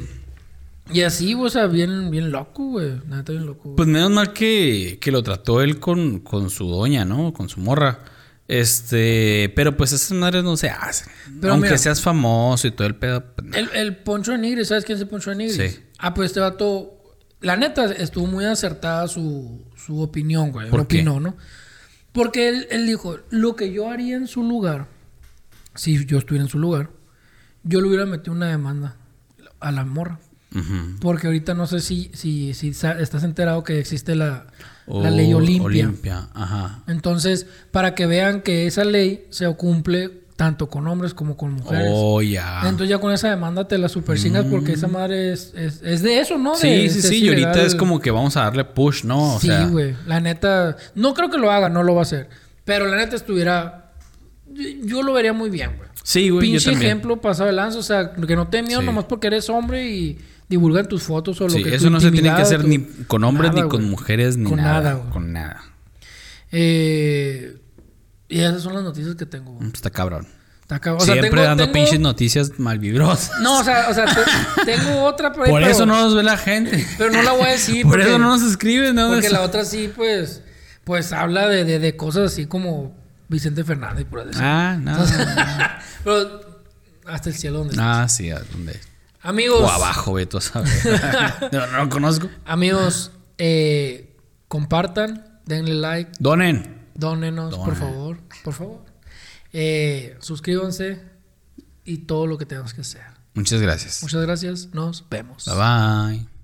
y así, o sea, bien, bien loco, güey. Neta, bien loco. güey.
Pues menos mal que, que lo trató él con, con su doña, ¿no? Con su morra. Este, pero pues esas madres no se hacen.
Pero
Aunque
mira.
seas famoso y todo el pedo. pues, no.
El, el Poncho de Nigris, ¿sabes quién es el Poncho de Nigris?
Sí.
Ah, pues este vato, la neta, estuvo muy acertada su, su opinión, güey.
¿Por
Lo
qué?
opinó, ¿no? Porque él, él dijo, lo que yo haría en su lugar, si yo estuviera en su lugar, yo le hubiera metido una demanda a la morra.
Ujú.
Porque ahorita no sé si, si, si sa- estás enterado que existe la, la
O-
ley Olimpia.
Olimpia, ajá.
Entonces, para que vean que esa ley se cumple tanto con hombres como con mujeres.
Oh, ya.
Entonces ya con esa demanda te la supersingas porque esa madre es, es, es de eso, ¿no?
Mm. sí,
De-
sí,
de-
sí.
es
Y ahorita
ilegal.
es como que vamos a darle push, ¿no? O
sí,
sea,
güey. La neta... No creo que lo haga, no lo va a hacer. Pero la neta estuviera... Yo lo vería muy bien, güey.
Sí, güey. Yo
Pinche
también.
ejemplo pasado de lanza. O sea, que no te miedo
Sí.
nomás porque eres hombre y divulgan tus fotos o lo
Sí,
que
eso
tu
no se tiene
intimidad,
que hacer
tu-
ni con hombres,
nada,
ni con
güey.
mujeres, ni
Con
nada.
nada, güey.
con nada.
Eh, y esas son las noticias que tengo. güey.
Pues Está cabrón.
Está acab- o sea,
Siempre
tengo-
dando
tengo-
pinches noticias malvibrosas. <laughs>
No, o sea, o sea te- tengo otra por ahí,
Por
pero-
eso no nos ve la gente.
Pero no la voy a decir.
<laughs> Por
porque-
eso no nos escriben, ¿no?
Porque
Eso-
la otra sí, pues, pues habla de, de, de cosas así como Vicente Fernández, por decir.
<laughs> Ah, no.
Entonces, <laughs> pero hasta el cielo donde está.
Ah, sí, ¿a dónde?
Amigos,
O abajo, Beto,
<laughs>
¿sabes? <laughs> no, no lo conozco.
amigos, eh, compartan, denle like,
Donen.
dónenos, por
Donen.
favor, por favor. Eh, suscríbanse y todo lo que tengamos que hacer.
Muchas gracias.
Muchas gracias, nos vemos.
Bye bye.